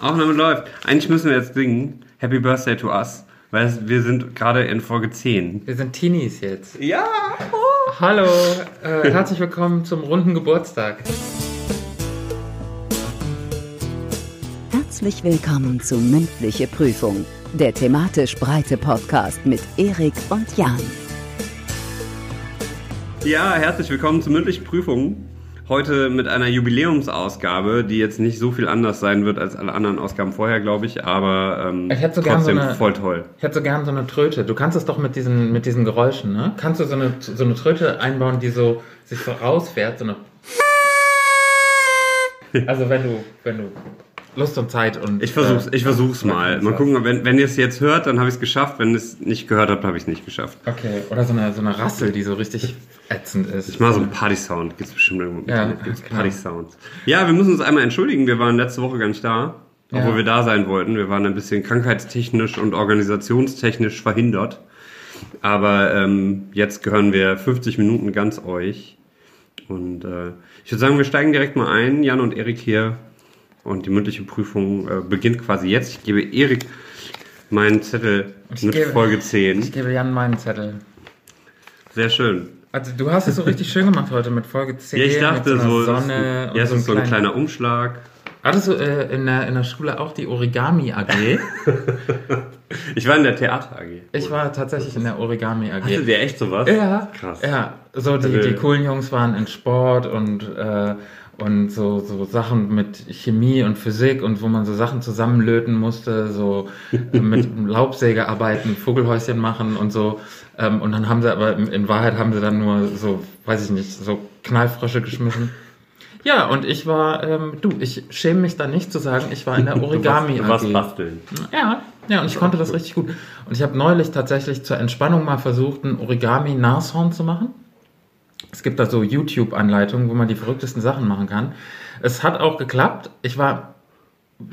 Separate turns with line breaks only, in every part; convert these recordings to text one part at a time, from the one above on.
Aufnahme läuft. Eigentlich müssen wir jetzt singen Happy Birthday to Us, weil es- wir sind gerade in Folge 10.
Wir sind Teenies jetzt.
Ja!
Hallo, äh, herzlich willkommen zum runden Geburtstag.
Herzlich willkommen zu Mündliche Prüfung, der thematisch breite Podcast mit Erik und Jan.
Ja, herzlich willkommen zur mündlichen Prüfung. Heute mit einer Jubiläumsausgabe, die jetzt nicht so viel anders sein wird als alle anderen Ausgaben vorher, glaube ich, aber ähm,
Ich hätte sogar
trotzdem
so eine-
voll toll.
Ich hätte so gern so eine Tröte. Du kannst es doch mit diesen, mit diesen Geräuschen, ne? Kannst du so eine, so eine Tröte einbauen, die so sich so rausfährt, so eine. Also wenn du, wenn du Lust und Zeit und.
Ich versuch's,
äh,
ich versuch's mal. Mal gucken, wenn, wenn ihr es jetzt hört, dann habe ich es geschafft. Wenn ihr es nicht gehört habt, habe ich es nicht geschafft.
Okay, oder so eine, so eine Rassel, die so richtig ätzend ist.
Ich mache so einen Party-Sound. Gibt's bestimmt irgendwo im
Ja,
Internet. Gibt's
genau.
Party-Sounds. Ja, wir müssen uns einmal entschuldigen. Wir waren letzte Woche gar nicht da.
Ja.
Obwohl wir da sein wollten. Wir waren ein bisschen krankheitstechnisch und organisationstechnisch verhindert. Aber ähm, jetzt gehören wir 50 Minuten ganz euch. Und äh, ich würde sagen, wir steigen direkt mal ein. Jan und Erik hier. Und die mündliche Prüfung äh, beginnt quasi jetzt. Ich gebe Erik meinen Zettel
Ich
mit
gebe-
Folge
Ich
10.
gebe Jan meinen Zettel.
Sehr schön.
Also du hast es so richtig schön gemacht heute mit Folge 10.
Ja, ich dachte
mit einer
so,
Sonne
es ist,
und
ja, es ist so ein
kleinen-
kleiner Umschlag.
Hattest du äh, in, der, in der Schule auch die Origami AG?
Ich war in der Theater AG.
Ich war tatsächlich in der Origami AG.
Hattet ihr echt sowas?
Ja,
Krass.
Ja, so die, die coolen Jungs waren in Sport und, äh, und so, so Sachen mit Chemie und Physik und wo man so Sachen zusammenlöten musste, so äh, mit dem Laubsäge arbeiten, Vogelhäuschen machen und so. Ähm, und dann haben sie aber in, in Wahrheit haben sie dann nur so, weiß ich nicht, so Knallfrösche geschmissen. Ja, und ich war, ähm, du, ich schäme mich da nicht zu sagen, ich war in der Origami
du warst,
AG.
du warst basteln.
Ja, ja, und ich konnte das richtig gut. Und ich habe neulich tatsächlich zur Entspannung mal versucht, ein Origami-Nashorn zu machen. Es gibt da so YouTube-Anleitungen, wo man die verrücktesten Sachen machen kann. Es hat auch geklappt. Ich war w-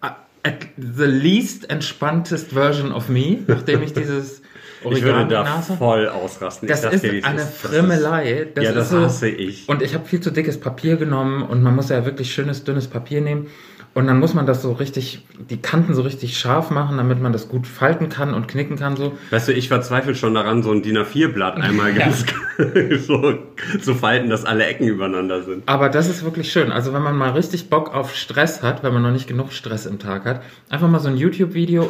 at the least entspanntest version of me, nachdem ich dieses
Ich würde da
Origami-Nashorn...
voll ausrasten.
Das
ich sag
ist
dir, wie es
eine
ist. Das
Frimmelei.
Ist, ja, das
ist so,
hasse ich.
und ich habe viel zu dickes Papier genommen und man muss ja wirklich schönes, dünnes Papier nehmen. Und dann muss man das so richtig, die Kanten so richtig scharf machen, damit man das gut falten kann und knicken kann so.
Weißt du, ich verzweifle schon daran, so ein DIN A4-Blatt einmal ganz so zu falten, dass alle Ecken übereinander sind.
Aber das ist wirklich schön. Also wenn man mal richtig Bock auf Stress hat, wenn man noch nicht genug Stress im Tag hat, einfach mal so ein YouTube-Video,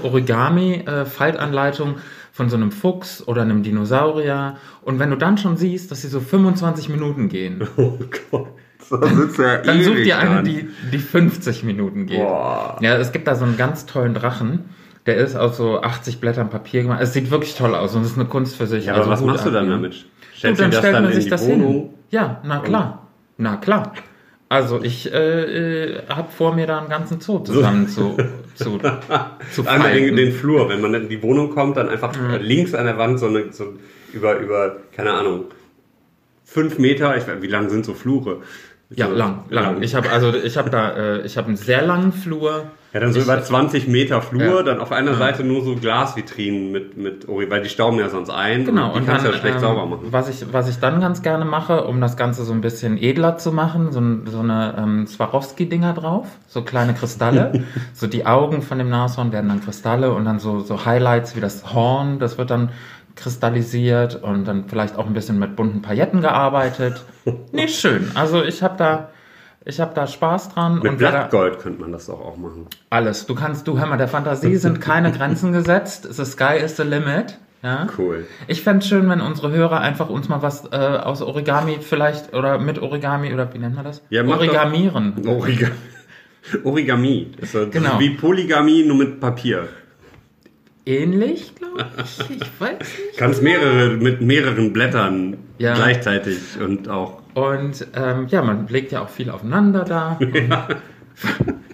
Origami-Faltanleitung von so einem Fuchs oder einem Dinosaurier. Und wenn du dann schon siehst, dass sie so 25 Minuten gehen,
Oh Gott. So sitzt ja
dann such
ewig
dir eine,
dran.
die, die 50 Minuten geht.
Boah.
Ja, es gibt da so einen ganz tollen Drachen. Der ist aus so 80 Blättern Papier gemacht. Es sieht wirklich toll aus und es ist eine Kunst für sich.
Ja, aber
also
was
Hut
machst du
ab,
dann
ja.
damit?
Gut,
Stellst du
dann
das
stellt
dann
man
in
sich
die
das hin.
Wohnung? Oh.
Ja, na klar. Na klar. Also ich äh, äh, habe vor mir da einen ganzen Zoo zusammen zu, zu, zu
Einmal den, den
falten.
Flur, wenn man in die Wohnung kommt, dann einfach äh, links an der Wand so, eine, so über, über, keine Ahnung, fünf Meter, ich, weiß- wie lang sind so Flure?
Ja,
so,
lang, lang. Ich habe also ich habe da äh, ich habe einen sehr langen Flur.
ja, dann so
ich-
über 20 Meter Flur,
Ja.
dann auf einer Seite nur so Glasvitrinen mit, mit Ori, weil die stauben ja sonst ein.
Genau,
und die kannst du ja schlecht
ähm,
sauber machen.
Was ich, was ich dann ganz gerne mache, um das Ganze so ein bisschen edler zu machen, so, ein- so eine ähm, Swarovski-Dinger drauf, so kleine Kristalle. so die Augen von dem Nashorn werden dann Kristalle und dann so, so Highlights wie das Horn, das wird dann kristallisiert und dann vielleicht auch ein bisschen mit bunten Pailletten gearbeitet. Nee, schön. Also ich habe da, ich habe da Spaß dran.
Mit
und wer da-
Blattgold könnte man das doch auch machen.
Alles. Du kannst, du, hör mal, der Fantasie sind keine Grenzen gesetzt. The sky is the limit. Ja.
Cool.
Ich fände es schön, wenn unsere Hörer einfach uns mal was äh, aus Origami vielleicht oder mit Origami oder wie nennt man das?
Ja, mach doch-
Origamieren.
Origami. Origami. Das ist
Genau.
genau. wie Polygamie, nur mit Papier.
Ähnlich, glaube ich. Ich weiß nicht.
Kannst mehrere mit mehreren Blättern
Ja.
gleichzeitig und auch
Und ähm, ja, man legt ja auch viel aufeinander da. und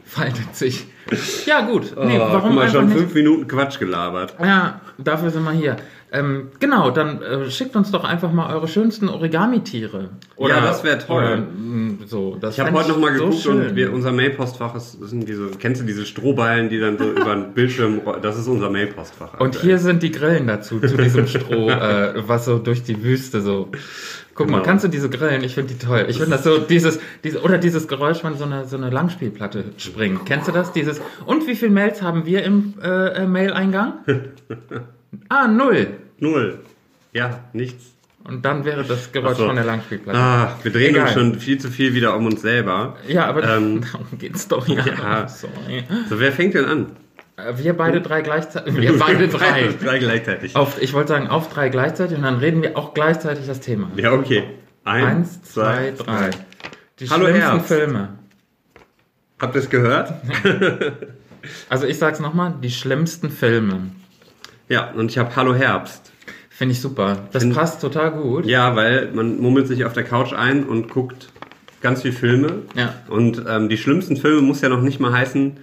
Faltet sich. Ja, gut. Nee,
oh,
warum
guck mal,
einfach
schon
nicht?
fünf Minuten Quatsch gelabert.
Ja, dafür sind wir hier. Ähm, genau, dann äh, schickt uns doch einfach mal eure schönsten Origami-Tiere. Oder-
Ja, das wär toll.
oder, mm, so, das
Ich habe
fänd
heute nochmal
so
geguckt
schön.
und wir, unser Mailpostfach ist, sind diese, kennst du diese Strohballen, die dann so über den Bildschirm, roll- das ist unser Mailpostfach.
Und
aktuell.
hier sind die Grillen dazu, zu diesem Stroh, äh, was so durch die Wüste so. Guck mal,
Genau.
kannst du diese Grillen? Ich finde die toll. Ich finde das so, dieses, diese, oder dieses Geräusch, wenn so eine, so eine Langspielplatte springt. Kennst du das? Dieses, ist. Und wie viele Mails haben wir im äh, äh, Mail-Eingang? ah, null.
Null. Ja, nichts.
Und dann wäre das Geräusch
Ach so.
von der Langspielplatte.
Ah, wir drehen
Egal.
uns schon viel zu viel wieder um uns selber.
Ja, aber
Ähm.
darum geht's doch. Ja.
Ja.
Sorry.
So, wer fängt denn an?
Äh, Wir beide drei gleichzeitig. Wir beide drei. Oh.
drei gleichzeitig.
Auf, ich wollte sagen, auf drei gleichzeitig und dann reden wir auch gleichzeitig das Thema.
Ja, okay. Ein,
Eins, zwei, drei. Die
Hallo,
schlimmsten
Herbst.
Filme.
Habt ihr es gehört?
Also ich sag's nochmal, die schlimmsten Filme.
Ja, und ich habe Hallo Herbst.
Finde ich super. Das
Find-
passt total gut.
Ja, weil man mummelt sich auf der Couch ein und guckt ganz viel Filme.
Ja.
Und ähm, die schlimmsten Filme muss ja noch nicht mal heißen,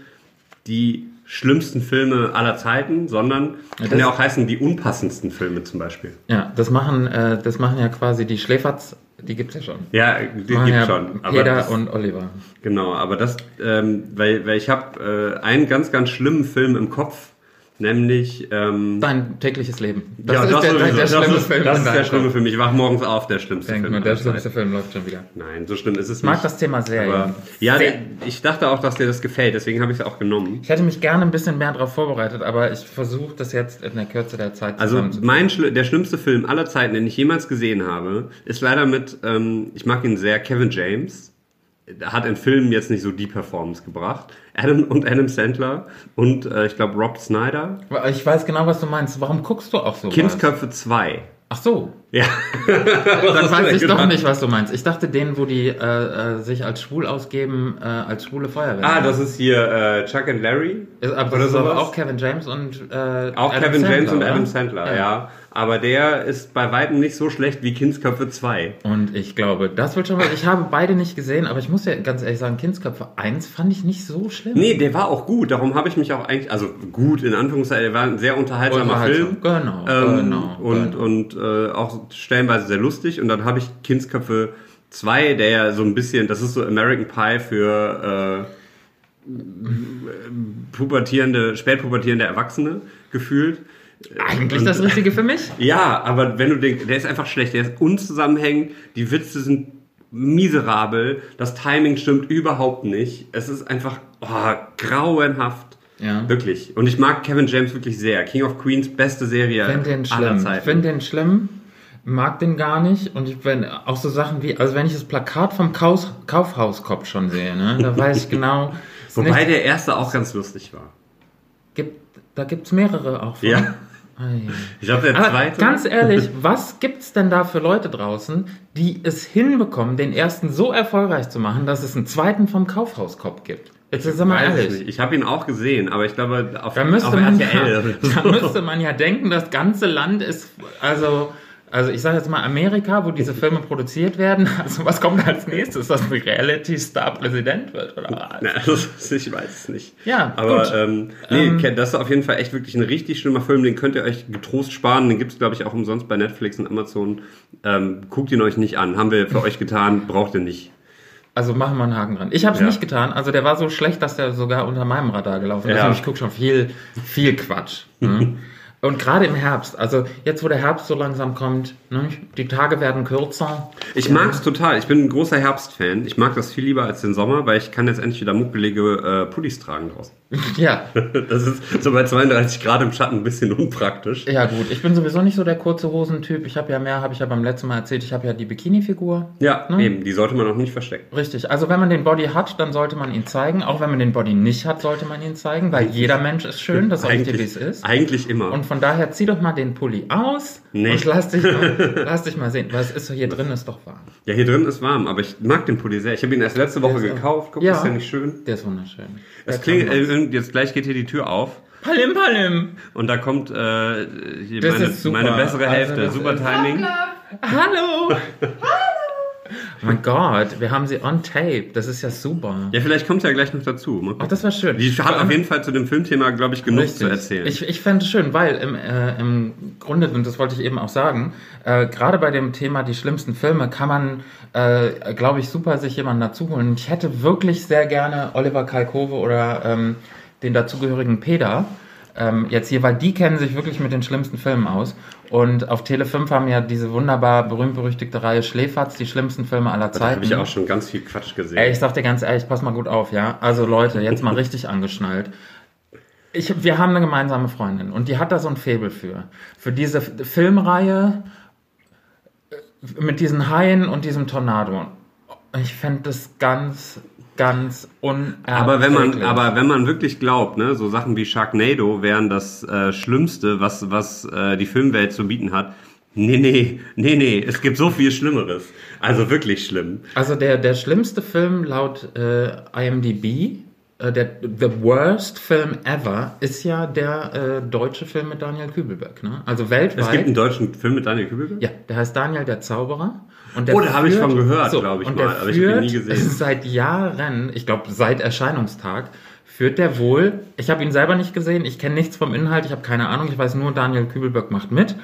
die schlimmsten Filme aller Zeiten, sondern kann
das-
ja auch heißen, die unpassendsten Filme zum Beispiel.
Ja, das machen, äh, das machen ja quasi die Schläferz, die gibt's ja schon.
Ja, die
Machen
gibt
Ah, ja
schon. Aber
Peter
das,
und Oliver.
genau, aber das, ähm, weil, weil ich habe äh, einen ganz, ganz schlimmen Film im Kopf, nämlich... Ähm,
Dein tägliches Leben.
sowieso.
schlimmste
das ist, das
in
ist der
deinem
schlimme
Kopf.
Film. Ich wach morgens auf, der schlimmste
Denk
Film.
mal, der
aller Zeiten.
schlimmste Film läuft schon wieder.
Nein, so schlimm ist es
Ich mag
nicht.
das Thema Serien.
Aber, ja,
Sehr.
der, ich dachte auch, dass dir das gefällt, deswegen habe ich es auch genommen.
Ich hätte mich gerne ein bisschen mehr darauf vorbereitet, aber ich versuche das jetzt in der Kürze der Zeit
Also
zusammenzufassen.
mein Schli- der schlimmste Film aller Zeiten, den ich jemals gesehen habe, ist leider mit, ähm, ich mag ihn sehr, Kevin James. Er hat in Filmen jetzt nicht so die Performance gebracht. Adam und Adam Sandler und äh, ich glaube Rob Snyder.
Ich weiß genau, was du meinst. Warum guckst du auch so?
Kindsköpfe 2.
Ach so.
Ja.
Dann
das genau.
weiß ich doch nicht, was du meinst. Ich dachte denen, wo die äh, äh, sich als schwul ausgeben, äh, als schwule Feuerwehr.
Ah, das ist hier äh, Chuck and Larry.
ist, aber
oder
das ist aber
sowas.
auch Kevin James und äh,
Auch
Adam
Kevin James und
oder?
Adam Sandler, ja. Aber der ist bei weitem nicht so schlecht wie Kindsköpfe 2.
Und ich glaube, das wird schon mal. Ich habe beide nicht gesehen, aber ich muss ja ganz ehrlich sagen, Kindsköpfe 1 fand ich nicht so schlimm.
Nee, der war auch gut. Darum habe ich mich auch eigentlich, also gut in Anführungszeichen, der war ein sehr unterhaltsamer
Unterhaltsam.
Film.
Genau,
Ähm,
genau,
Und,
genau.
und äh, auch stellenweise sehr lustig. Und dann habe ich Kindsköpfe 2, der ja so ein bisschen, das ist so American Pie für äh, pubertierende, spätpubertierende Erwachsene gefühlt.
Eigentlich
Und-
das Richtige für mich?
Ja, aber wenn du denkst, der ist einfach schlecht, der ist unzusammenhängend, die Witze sind miserabel, das Timing stimmt überhaupt nicht. Es ist einfach oh, grauenhaft.
Ja.
Wirklich. Und ich mag Kevin James wirklich sehr. King of Queens, beste Serie
Ich finde den
Äh, aller
schlimm. Ich
Zeiten.
finde den schlimm, mag den gar nicht. Und ich bin auch so Sachen wie, also wenn ich das Plakat vom Kaus, Kaufhauskopf schon sehe, ne, da weiß ich genau, es ist
Wobei
nicht,
der erste auch ganz lustig war.
gibt, da gibt's mehrere auch von.
Ja.
Ei.
Ich glaube, der
Aber
zweite.
ganz ehrlich, was gibt's denn da für Leute draußen, die es hinbekommen, den ersten so erfolgreich zu machen, dass es einen zweiten vom Kaufhauskopf gibt? Jetzt sind wir mal
Weiß ich
ehrlich.
nicht. Ich habe ihn auch gesehen, aber ich glaube, auf,
Da müsste,
auf
man ja,
RTL.
da müsste man ja denken, das ganze Land ist, also, also ich sage jetzt mal Amerika, wo diese Filme produziert werden. Also was kommt als nächstes, dass ein Reality-Star Präsident wird oder was?
Na, also, ich weiß es nicht.
Ja, gut.
aber ähm, nee,
Ähm,
Ken, das ist auf jeden Fall echt wirklich ein richtig schlimmer Film. Den könnt ihr euch getrost sparen. Den gibt's glaub glaube ich, auch umsonst bei Netflix und Amazon. Ähm, guckt ihn euch nicht an. Haben wir für euch getan. Braucht ihr nicht.
Also machen wir einen Haken dran. Ich habe es
Ja.
nicht getan. Also der war so schlecht, dass der sogar unter meinem Radar gelaufen ist.
Ja. Mhm.
Und ich gucke schon viel, viel Quatsch. ne? Und gerade im Herbst, also jetzt, wo der Herbst so langsam kommt, ne, die Tage werden kürzer.
Ich mag's total. Ich bin ein großer Herbstfan. Ich mag das viel lieber als den Sommer, weil ich kann jetzt endlich wieder muggelige äh, Pullis tragen draußen.
Ja,
Das ist so bei 32 Grad im Schatten ein bisschen unpraktisch.
Ja gut, ich bin sowieso nicht so der kurze Hosentyp. Ich habe ja mehr, habe ich ja beim letzten Mal erzählt, ich habe ja die Bikini-Figur.
Ja,
Ne?
eben. Die sollte man auch nicht verstecken.
Richtig, also wenn man den Body hat, dann sollte man ihn zeigen. Auch wenn man den Body nicht hat, sollte man ihn zeigen, weil jeder Mensch ist schön, das sag ich dir, wie es ist.
eigentlich immer.
Und von daher zieh doch mal den Pulli aus
Nee.
und lass dich, mal, lass dich mal sehen. Was ist hier drin, ist doch warm.
ja, hier drin ist warm, aber ich mag den Pulli sehr. Ich habe ihn erst letzte Woche
Der ist auch-
gekauft. Guck,
Ja. genau.
ist ja nicht schön.
Der ist wunderschön.
Es
Der
klingelt,
kann was.
äh, jetzt gleich geht hier die Tür auf
Palim, palim.
und da kommt äh, hier
Das
meine,
ist super.
meine bessere
Also
Hälfte.
das
super
ist-
Timing.
Hallo. Hallo. Oh mein Gott, wir haben sie on tape. Das ist ja super.
Ja, vielleicht kommt ja gleich noch dazu. Mal
Ach,
gucken.
das war schön.
Die
Vor
hat
allem-
auf jeden Fall zu dem Filmthema, glaube ich, genug
Richtig.
zu erzählen.
Ich, ich fände es schön, weil im, äh, im Grunde, und das wollte ich eben auch sagen, äh, gerade bei dem Thema die schlimmsten Filme kann man, äh, glaube ich, super sich jemanden dazu holen. Und Ich hätte wirklich sehr gerne Oliver Kalkove oder ähm, den dazugehörigen Peter ähm, jetzt hier, weil die kennen sich wirklich mit den schlimmsten Filmen aus. Und auf Tele 5 haben ja diese wunderbar berühmt-berüchtigte Reihe Schläferz, die schlimmsten Filme aller
Da
Zeiten.
habe ich auch schon ganz viel Quatsch gesehen.
Ey, ich sag dir ganz ehrlich, pass mal gut auf, ja? Also Leute, jetzt mal richtig angeschnallt. Ich, wir haben eine gemeinsame Freundin und die hat da so ein Faible für. Für diese F- Filmreihe äh, mit diesen Haien und diesem Tornado. Ich fände das ganz, ganz unerträglich.
Aber wenn man, aber wenn man wirklich glaubt, ne, so Sachen wie Sharknado wären das äh, Schlimmste, was, was äh, die Filmwelt zu bieten hat. Nee, nee, nee, nee, es gibt so viel Schlimmeres. Also wirklich schlimm.
Also der, der schlimmste Film laut äh, IMDb, äh, der The Worst Film Ever, ist ja der äh, deutsche Film mit Daniel Kübelberg. Ne? Also weltweit.
Es gibt einen deutschen Film mit Daniel Kübelberg?
Ja, der heißt Daniel der Zauberer. Und der
Mhm. Oh, da habe ich von gehört, glaub ich
und
mal,
der
aber ich
führt,
habe ihn nie gesehen.
Es ist seit Jahren, ich glaube seit Erscheinungstag, führt der wohl, ich habe ihn selber nicht gesehen, ich kenne nichts vom Inhalt, ich habe keine Ahnung, ich weiß nur, Daniel Kübelberg macht mit.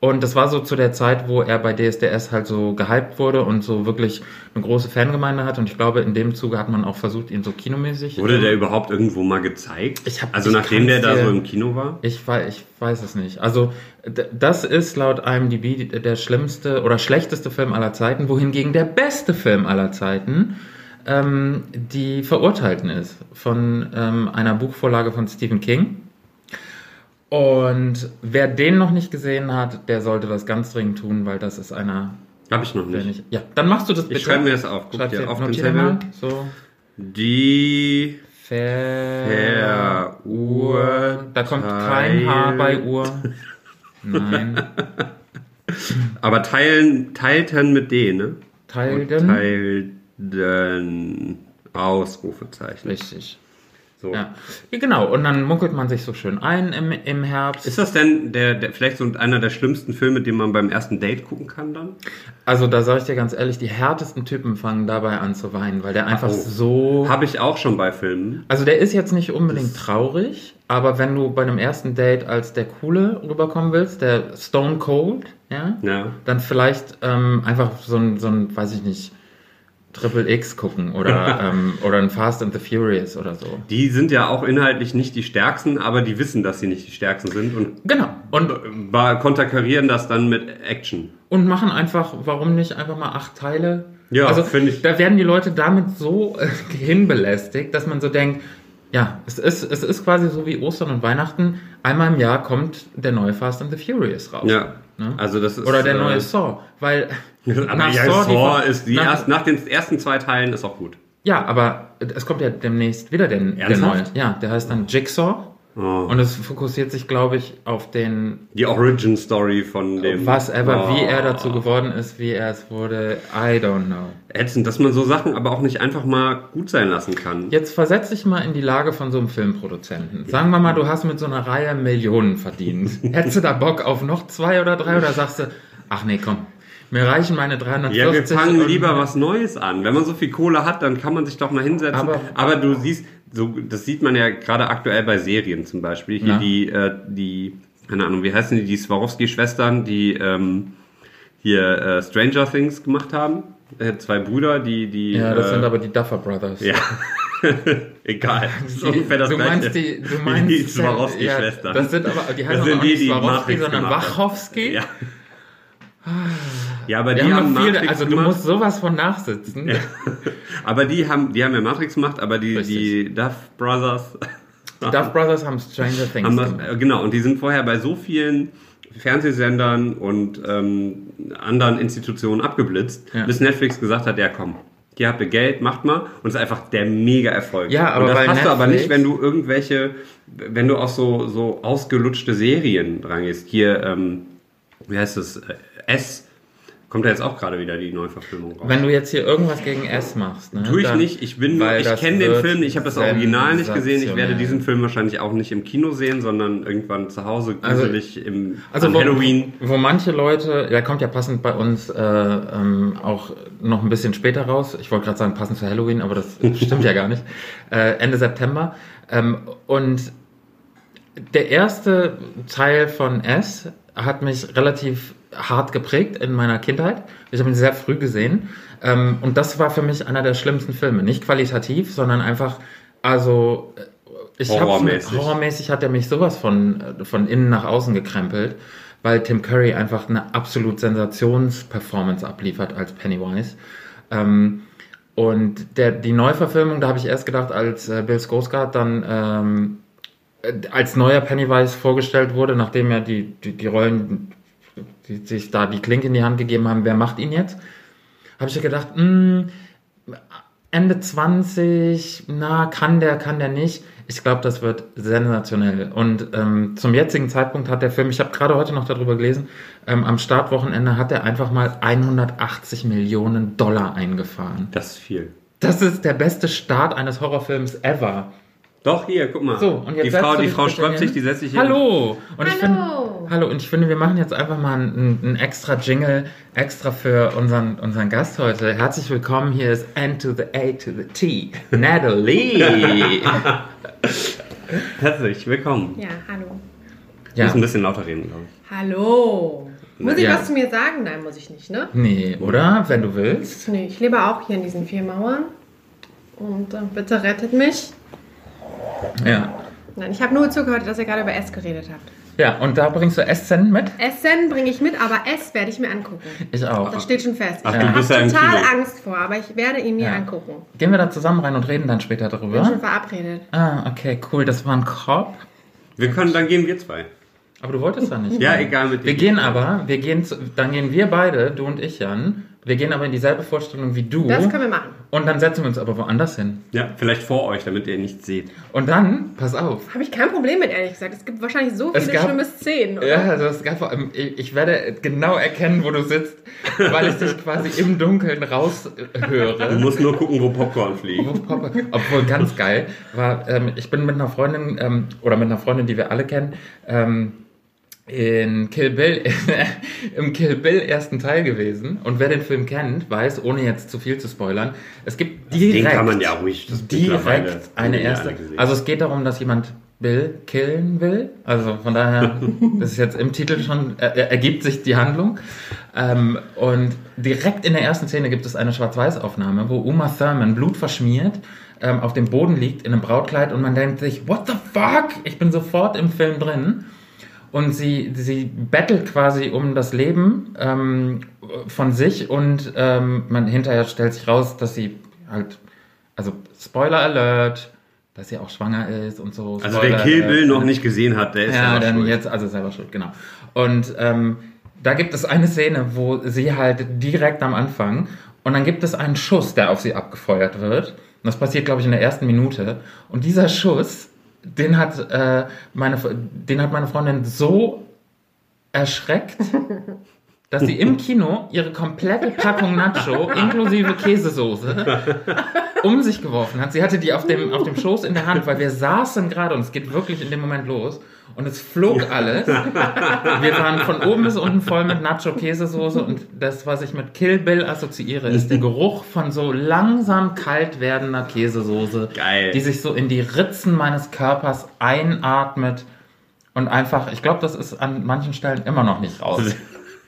Und das war so zu der Zeit, wo er bei DSDS halt so gehypt wurde und so wirklich eine große Fangemeinde hat. Und ich glaube, in dem Zuge hat man auch versucht, ihn so kinomäßig.
Wurde der überhaupt irgendwo mal gezeigt?
Ich hab-
also
ich
nachdem der
kann's
da
dir-
so im Kino war?
Ich weiß, ich weiß es nicht. Also, d- das ist laut IMDb die- der schlimmste oder schlechteste Film aller Zeiten, wohingegen der beste Film aller Zeiten ähm, die Verurteilten ist von ähm, einer Buchvorlage von Stephen King. Und wer den noch nicht gesehen hat, der sollte das ganz dringend tun, weil das ist einer,
Habe ich noch
der
nicht.
nicht. Ja, dann machst du das bitte.
Ich schreibe mir das auf. Guck
Schreib's
dir
dir
auf den
notier dir mal.
Zettel.
So.
Die
Ver
Herr Uhr.
Da kommt kein Haar bei Uhr. Nein.
Aber teilen, teilten mit D, ne?
Teilden.
Teilten. Ausrufezeichen.
Richtig.
So.
Ja. ja, genau. Und dann munkelt man sich so schön ein im, im Herbst.
Ist das denn der, der vielleicht so einer der schlimmsten Filme, den man beim ersten Date gucken kann dann?
also da sage ich dir ganz ehrlich, die härtesten Typen fangen dabei an zu weinen, weil der einfach
Oh.
so...
Habe ich auch schon bei Filmen.
Also der ist jetzt nicht unbedingt traurig, aber wenn du bei einem ersten Date als der Coole rüberkommen willst, der Stone Cold, ja,
Ja.
dann vielleicht ähm, einfach so ein, so ein, weiß ich nicht, Triple X gucken oder, ähm, oder ein Fast and the Furious oder so.
Die sind ja auch inhaltlich nicht die stärksten, aber die wissen, dass sie nicht die stärksten sind und
Genau. Und,
ba- konterkarieren das dann mit Action.
und machen einfach, warum nicht einfach mal acht Teile?
Ja,
also,
finde ich-
Da werden die Leute damit so äh, hinbelästigt, dass man so denkt, ja, es ist, es ist quasi so wie Ostern und Weihnachten. Einmal im Jahr kommt der neue Fast and the Furious raus.
Ja.
Ne?
Also das ist
Oder der neue
äh,
Saw. Weil
Aber ja,
Saw
Saw,
die-
ist die
nach-
erst, nach den ersten zwei Teilen ist auch gut.
Ja, aber es kommt ja demnächst wieder der, der neue.
Ernsthaft?
Ja, der heißt dann Jigsaw.
Oh.
Und es fokussiert sich, glaube ich, auf den,
Die Origin Story von dem.
was ever,
Oh.
wie er dazu geworden ist, wie er es wurde. I don't know.
Ätzend, dass man so Sachen aber auch nicht einfach mal gut sein lassen kann.
Jetzt versetz dich mal in die Lage von so einem Filmproduzenten. Sagen wir mal, du hast mit so einer Reihe Millionen verdient. Hättest du da Bock auf noch zwei oder drei oder sagst du, ach nee, komm, mir reichen meine 340.
Ja, wir fangen
und-
lieber was Neues an. Wenn man so viel Kohle hat, dann kann man sich doch mal hinsetzen. Aber,
Aber-
du siehst, so, das sieht man ja gerade aktuell bei Serien zum Beispiel. Hier
Ja.
die, äh, die, keine Ahnung, wie heißen die, die Swarovski-Schwestern, die ähm, hier äh, Stranger Things gemacht haben. Äh, zwei Brüder, die, die.
Ja, das
äh,
sind aber die Duffer Brothers.
Ja. Egal. Das ist ungefähr das
du
Gleiche.
meinst die, du meinst äh,
die Swarovski-Schwestern.
Ja, das sind aber, die
Das
heißen
sind
aber auch
die,
nicht
die
Swarovski,
Matrix
sondern
gemacht haben.
Wachowski.
ja. ja, aber
Wir
die
haben
haben,
noch viele,
Matrix
also du
gemacht.
musst sowas von nachsitzen.
Aber die haben, die haben ja Matrix gemacht, aber die,
Richtig.
die Duff Brothers
Die Duff Brothers haben Stranger Things
haben das,
gemacht.
äh, genau, und die sind vorher bei so vielen Fernsehsendern und ähm, anderen Institutionen abgeblitzt,
Ja.
bis Netflix gesagt hat, ja komm, hier habt ihr Geld, macht mal. Und es ist einfach der Mega-Erfolg.
Ja, aber
und das
bei
hast du aber
Netflix-
nicht, wenn du irgendwelche, wenn du auf so, so ausgelutschte Serien rangehst. Hier, ähm, wie heißt es, Äh, S, kommt ja jetzt auch gerade wieder die Neuverfilmung raus.
Wenn du jetzt hier irgendwas gegen S machst, ne?
Tue ich
dann-
nicht. Ich bin nur,
weil
ich
das
kenne den
wird
Film, ich habe das Original nicht gesehen. Ich werde
sensationell.
diesen Film wahrscheinlich auch nicht im Kino sehen, sondern irgendwann zu Hause
Also-
gruselig im
Also
an
wo,
Halloween.
wo manche Leute, der kommt ja passend bei uns äh, ähm, auch noch ein bisschen später raus. Ich wollte gerade sagen, passend zu Halloween, aber das stimmt ja gar nicht. Äh, Ende September. Ähm, und der erste Teil von S hat mich relativ hart geprägt in meiner Kindheit. Ich habe ihn sehr früh gesehen. Ähm, und das war für mich einer der schlimmsten Filme. Nicht qualitativ, sondern einfach, also Ich hab's
Horrormäßig.
Mit, horrormäßig hat er mich sowas von, äh, von innen nach außen gekrempelt, weil Tim Curry einfach eine absolut Sensationsperformance abliefert als Pennywise. Ähm, und der, die Neuverfilmung, da habe ich erst gedacht, als äh, Bill Skarsgård dann ähm, äh, als neuer Pennywise vorgestellt wurde, nachdem ja die, die, die Rollen die sich da die Klinke in die Hand gegeben haben, wer macht ihn jetzt? Habe ich ja gedacht, hm, Ende 20, na, kann der, kann der nicht. Ich glaube, das wird sensationell. Und ähm, zum jetzigen Zeitpunkt hat der Film, ich habe gerade heute noch darüber gelesen, ähm, am Startwochenende hat er einfach mal 180 Millionen Dollar eingefahren.
Das ist viel.
Das ist der beste Start eines Horrorfilms ever.
Doch, hier, guck mal.
So, und jetzt
die
setzt
Frau,
du
die
dich
Frau
bitte
sträubt
hin.
sich, die setzt sich hier.
Hallo! Und Ich finde,
Hallo.
hallo, und ich finde, wir machen jetzt einfach mal einen, einen extra Jingle, extra für unseren, unseren Gast heute. Herzlich willkommen, hier ist N to the A to the T, Natalie!
Herzlich willkommen.
Ja, hallo.
Ja.
ja,
Muss ein bisschen lauter reden, glaube ich.
Hallo. Muss ich
Ja.
was zu mir sagen? Nein, muss ich nicht, ne?
nee, oder? Wenn du willst.
Nee, ich lebe auch hier in diesen vier Mauern. Und äh, bitte rettet mich.
Ja.
Nein, ich habe nur zugehört, dass ihr gerade über Ess geredet habt.
Ja, und da bringst du Essen mit?
Essen bringe ich mit, aber Ess werde ich mir angucken.
Ich
Das
auch.
steht schon fest.
Ach,
ich
du
habe
bist ja im
total
Kino.
Angst vor, aber ich werde ihn mir
Ja.
angucken.
Gehen wir da zusammen rein und reden dann später
Bin schon
darüber.
verabredet.
Ah, okay, cool. Das war ein Korb.
Wir können, dann gehen wir zwei.
Aber du wolltest ja nicht. ne?
Ja,
Nein.
egal mit
Wir
dir.
gehen aber, wir gehen zu, dann gehen wir beide, du und ich, Jan, wir gehen aber in dieselbe Vorstellung wie du.
Das können wir machen.
Und dann setzen wir uns aber woanders hin.
Ja, vielleicht vor euch, damit ihr nichts seht.
Und dann, pass auf.
Habe ich kein Problem mit, ehrlich gesagt. Es gibt wahrscheinlich so
Es
viele
gab-
schlimme Szenen. Oder?
Ja, also es gab vor allem, ich ich werde genau erkennen, wo du sitzt, weil ich dich quasi im Dunkeln
Du
raushöre.
musst nur gucken, wo Popcorn fliegt.
Obwohl ganz geil war, ähm, ich bin mit einer Freundin ähm, oder mit einer Freundin, die wir alle kennen, ähm, in Kill Bill, im Kill Bill ersten Teil gewesen. Und wer den Film kennt, weiß, ohne jetzt zu viel zu spoilern, es gibt direkt,
Den kann man ja ruhig. Das ist mittlerweile-
direkt
haben
eine
wir ja
erste.
alle gesehen.
Also es geht darum, dass jemand Bill killen will. Also von daher, das ist jetzt im Titel schon, äh, ergibt sich die Handlung. Ähm, und direkt in der ersten Szene gibt es eine Schwarz-Weiß-Aufnahme, wo Uma Thurman blutverschmiert ähm, auf dem Boden liegt in einem Brautkleid und man denkt sich, what the fuck? Ich bin sofort im Film drin. Und sie, sie bettelt quasi um das Leben ähm, von sich und ähm, man hinterher stellt sich raus, dass sie halt, also Spoiler Alert, dass sie auch schwanger ist und so.
Also
Spoiler
wer Kill Bill
Alert.
noch nicht gesehen hat, der ist
Ja,
selber
dann
schuld.
jetzt also selber schuld, genau. Und ähm, da gibt es eine Szene, wo sie halt direkt am Anfang und dann gibt es einen Schuss, der auf sie abgefeuert wird. Und das passiert, glaube ich, in der ersten Minute. Und dieser Schuss, den hat, äh, meine, den hat meine Freundin so erschreckt, dass sie im Kino ihre komplette Packung Nacho inklusive Käsesoße um sich geworfen hat. Sie hatte die auf dem, auf dem Schoß in der Hand, weil wir saßen gerade und es geht wirklich in dem Moment los. Und es flog alles. Wir waren von oben bis unten voll mit Nacho-Käsesoße und das, was ich mit Kill Bill assoziiere, ist der Geruch von so langsam kalt werdender Käsesoße,
Geil.
die sich so in die Ritzen meines Körpers einatmet und einfach, ich glaube, das ist an manchen Stellen immer noch nicht raus.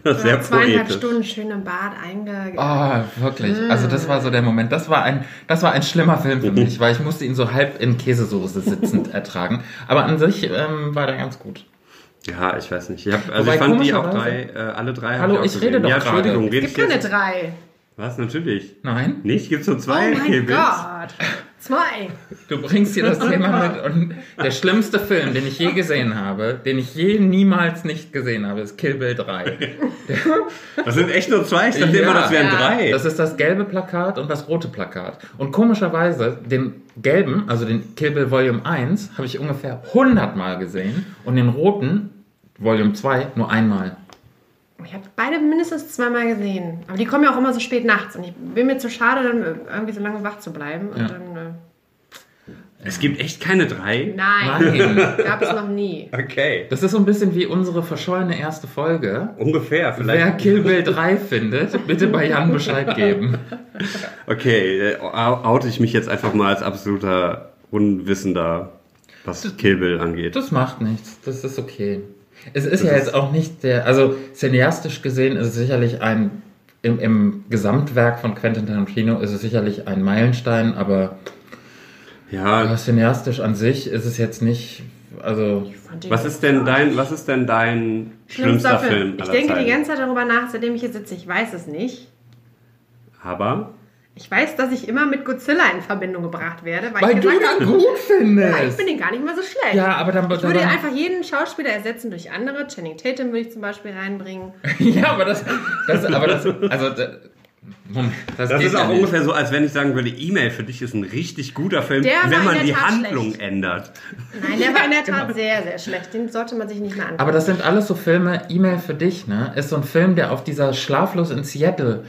Das ist sehr
Ja, zweieinhalb
poetisch.
Stunden schön im Bad einge...
Ah, wirklich. Also das war so der Moment. Das war ein, das war ein schlimmer Film für mich, weil ich musste ihn so halb in Käsesoße sitzend ertragen. Aber an sich ähm, war der ganz gut.
Ja, ich weiß nicht. Ich, hab, also
Wobei,
ich fand die auch drei,
komischerweise-
äh, alle drei. hab
Hallo,
auch
ich
gesehen.
rede doch
Ja,
gerade.
Entschuldigung, rede
Es
ich
gibt keine
jetzt-
drei.
Was, natürlich.
Nein,
Nicht? Gibt's nur
Oh
zwei Kill
mein
Bills?
Gott. Zwei.
du bringst hier das Thema mit und der schlimmste Film, den ich je gesehen habe, den ich je niemals nicht gesehen habe, ist Kill Bill 3.
Das sind echt nur zwei. Ich dachte
Ja.
immer, das wären
Ja.
drei.
Das ist das gelbe Plakat und das rote Plakat. Und komischerweise, den gelben, also den Kill Bill Volume 1, habe ich ungefähr 100 Mal gesehen und den roten, Volume 2, nur einmal.
Ich habe beide mindestens zweimal gesehen. Aber die kommen ja auch immer so spät nachts. Und ich bin mir zu schade, dann irgendwie so lange wach zu bleiben. Und
Ja.
dann, äh,
es gibt echt keine drei?
nein,
Nein.
gab es noch nie.
Okay.
Das ist so ein bisschen wie unsere verschollene erste Folge.
Ungefähr,
Wer
vielleicht.
Kill Bill 3 findet, bitte bei Jan Bescheid geben.
Okay, äh, au- oute ich mich jetzt einfach mal als absoluter Unwissender, was Kill Bill angeht.
Das macht nichts, das ist okay. Es
Das
ist ja
ist-
jetzt auch nicht der, also cineastisch gesehen ist es sicherlich ein, im, im Gesamtwerk von Quentin Tarantino ist es sicherlich ein Meilenstein, aber
Ja,
Aber cineastisch an sich ist es jetzt nicht, also
Fand ich-
was ist denn dein, was ist denn dein schlimmster, Film?
Ich
aller
denke
Zeiten?
die ganze Zeit darüber nach, seitdem ich hier sitze. Ich weiß es nicht.
Aber
Ich weiß, dass ich immer mit Godzilla in Verbindung gebracht werde, weil,
weil
ich
du
gesagt
ihn
habe,
gut
"Ah, ich
findest.
bin den gar nicht mal so schlecht.
Ja, aber dann,
ich würde
dann
einfach jeden Schauspieler ersetzen durch andere. Channing Tatum würde ich zum Beispiel reinbringen.
ja, aber das, das, aber das, also da, Moment, das,
das
geht
ist
ja
auch
nicht.
ungefähr so, als wenn ich sagen würde, E-Mail für dich ist ein richtig guter Film,
Der war
wenn man
in der
die
Tat
Handlung
schlecht.
ändert.
Nein, der war in der Tat sehr, sehr schlecht. Den sollte man sich nicht mehr anschauen.
Aber das sind alles so Filme, E-Mail für dich, ne? Ist so ein Film, der auf dieser Schlaflos in Seattle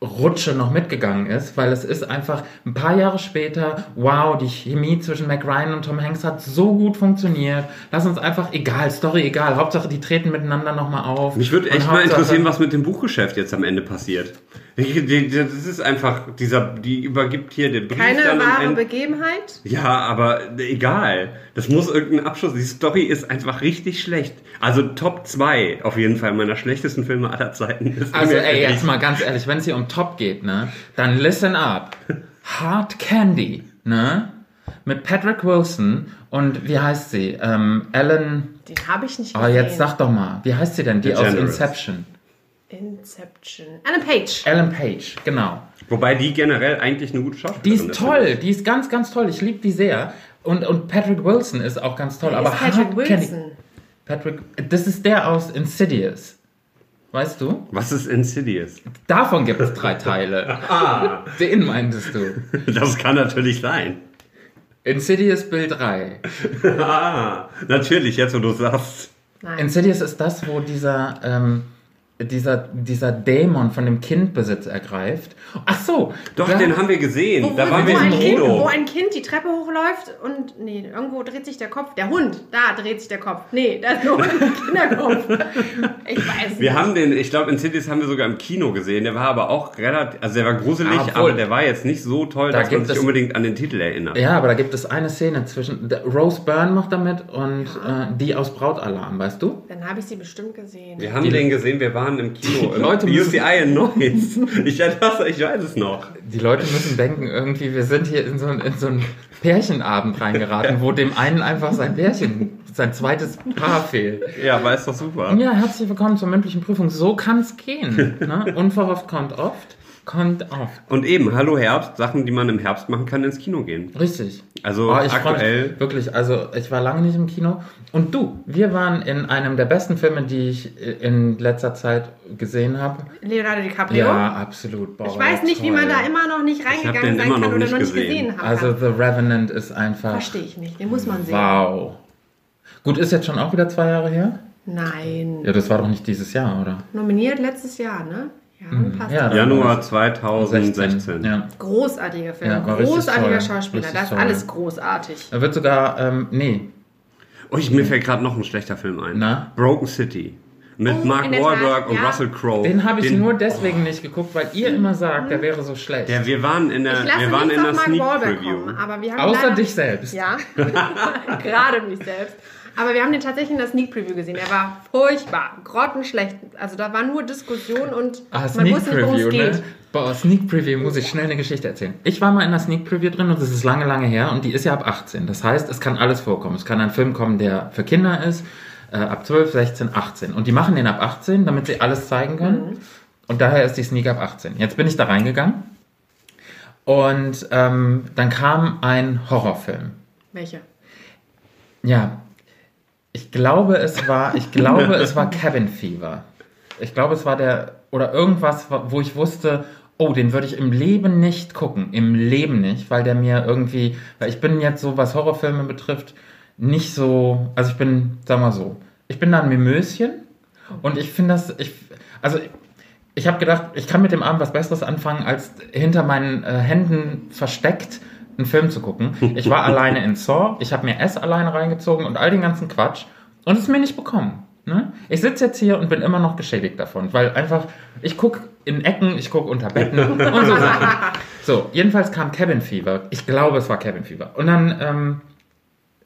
Rutsche noch mitgegangen ist, weil es ist einfach ein paar Jahre später, wow, die Chemie zwischen Mac Ryan und Tom Hanks hat so gut funktioniert. Lass uns einfach, egal, Story egal, Hauptsache die treten miteinander nochmal auf.
Mich würde
Und
echt mal
Hauptsache-
interessieren, was mit dem Buchgeschäft jetzt am Ende passiert. Das ist einfach, dieser, die übergibt hier den Brief
Keine
dann am
wahre
Ende.
Begebenheit.
Ja, aber egal. Das muss irgendein Abschluss. Die Story ist einfach richtig schlecht. Also Top 2 auf jeden Fall meiner schlechtesten Filme aller Zeiten. Ist
Also
mir
ey,
ehrlich.
jetzt mal ganz ehrlich, wenn es hier um Top geht, ne, dann listen up. Hard Candy, ne? Mit Patrick Wilson und wie heißt sie? Ähm, Ellen.
Den habe ich nicht
Aber
gesehen.
jetzt sag doch mal, wie heißt sie denn? Die aus
DeGeneres.
Inception.
Inception. Anne Page.
Ellen Page, genau.
Wobei die generell eigentlich eine gute
Die
Schauspielerin
ist toll, die ist ganz, ganz toll. Ich liebe die sehr. Und, und Patrick Wilson ist auch ganz toll. aber
ist Patrick
Hard Candy-
Wilson.
Patrick, das ist der aus Insidious. Weißt du?
Was ist Insidious?
Davon gibt es drei Teile.
Ah.
Den meintest du.
Das kann natürlich sein.
Insidious Bill 3.
Ah, natürlich, jetzt wo du sagst.
Nein.
Insidious ist das, wo dieser, ähm, dieser, dieser Dämon von dem Kindbesitz ergreift. Ach so.
Doch,
da-
den haben wir gesehen. da
wo,
waren
wo,
wir
ein
im
kind, wo
Kino.
ein Kind die Treppe hochläuft und nee, irgendwo dreht sich der Kopf. Der Hund, da dreht sich der Kopf. Nee, da ist nur ein Kinderkopf. Ich weiß
Wir
nicht.
haben den, ich glaube, Insidious haben wir sogar im Kino gesehen. Der war aber auch relativ, also der war gruselig,
Obwohl.
aber der war jetzt nicht so toll,
Ah, Da
dass man
gibt
sich
es-
unbedingt an den Titel erinnert.
Ja, aber da gibt es eine Szene zwischen. der- Rose Byrne macht damit und äh, die aus Brautalarm, weißt du?
Dann habe ich sie bestimmt gesehen.
Wir haben
Die-
den gesehen, wir waren im Kino.
Die
im
Leute müssen-
UCI in Neuss. Ich, das, ich weiß es noch.
Die Leute müssen denken, irgendwie, wir sind hier in so, ein- in so einen Pärchenabend reingeraten, wo dem einen einfach sein Pärchen, sein zweites Paar fehlt.
Ja, aber ist doch super.
Ja, herzlich willkommen zur mündlichen Prüfung. So kann's gehen. Ne? Unverhofft kommt oft, kommt oft.
Und eben, hallo Herbst, Sachen, die man im Herbst machen kann, ins Kino gehen.
Richtig.
Also
Oh, ich freu
aktuell.
mich, wirklich, also ich war lange nicht im Kino. Und du, wir waren in einem der besten Filme, die ich äh, in letzter Zeit gesehen habe.
Leonardo DiCaprio.
Ja, absolut. Boah,
ich weiß nicht, wie
toll.
man da immer noch nicht
hab den
reingegangen sein
immer
kann
noch
oder
nicht
noch nicht
gesehen.
gesehen haben
Also
kann.
The Revenant ist einfach.
Verstehe ich nicht. Den muss man sehen.
Wow. Gut, ist jetzt schon auch wieder zwei Jahre her?
Nein.
Ja, das war doch nicht dieses Jahr, oder?
Nominiert letztes Jahr, ne? Ja, passt.
Mhm. Ja, dann war
Januar
es
2016.
Ja.
Großartiger Film.
Ja, war richtig
großartiger
toll.
Schauspieler.
Richtig
Das ist
toll.
alles großartig.
Da wird sogar, ähm, nee,
Oh, ich, mir fällt gerade noch ein schlechter Film ein.
Na?
Broken City. Mit
Oh,
Mark
in der
Wahlberg
Tat,
und
ja.
Russell Crowe.
den habe ich nur deswegen nicht geguckt, weil ihr immer sagt, der wäre so schlecht.
Ja, wir waren in der,
Ich lasse
Äh, wir waren
nicht
in der
auf Mark
Sneak
Wahlberg
Preview.
kommen, aber wir haben
Außer
leider-
dich selbst.
Ja, gerade mich selbst. Aber wir haben den tatsächlich in der Sneak Preview gesehen. Der war furchtbar, grottenschlecht. Also da war nur Diskussion und
Ah,
man
Sneak
wusste nicht, worum es
Preview, ne?
geht.
Boah, Sneak Preview muss ich schnell eine Geschichte erzählen. Ich war mal in der Sneak Preview drin und das ist lange, lange her und die ist ja ab 18. Das heißt, es kann alles vorkommen. Es kann ein Film kommen, der für Kinder ist, äh, ab 12, 16, 18. Und die machen den ab 18, damit sie alles zeigen können.
Mhm.
Und daher ist die Sneak ab 18. Jetzt bin ich da reingegangen und ähm, dann kam ein Horrorfilm.
Welche?
Ja, ich glaube, es war, ich glaube, es war Cabin Fever. Ich glaube, es war der, oder irgendwas, wo ich wusste, oh, den würde ich im Leben nicht gucken. Im Leben nicht, weil der mir irgendwie, weil ich bin jetzt so, was Horrorfilme betrifft, nicht so, also ich bin, sag mal so, ich bin da ein Mimöschen und ich finde das, ich, also ich habe gedacht, ich kann mit dem Abend was Besseres anfangen, als hinter meinen äh, Händen versteckt einen Film zu gucken. Ich war alleine in Saw, ich habe mir S alleine reingezogen und all den ganzen Quatsch und es mir nicht bekommen. Ne? Ich sitze jetzt hier und bin immer noch geschädigt davon, weil einfach, ich gucke in Ecken, ich gucke unter Betten und so Sachen. So, jedenfalls kam Cabin Fever. Ich glaube, es war Cabin Fever. Und dann ähm,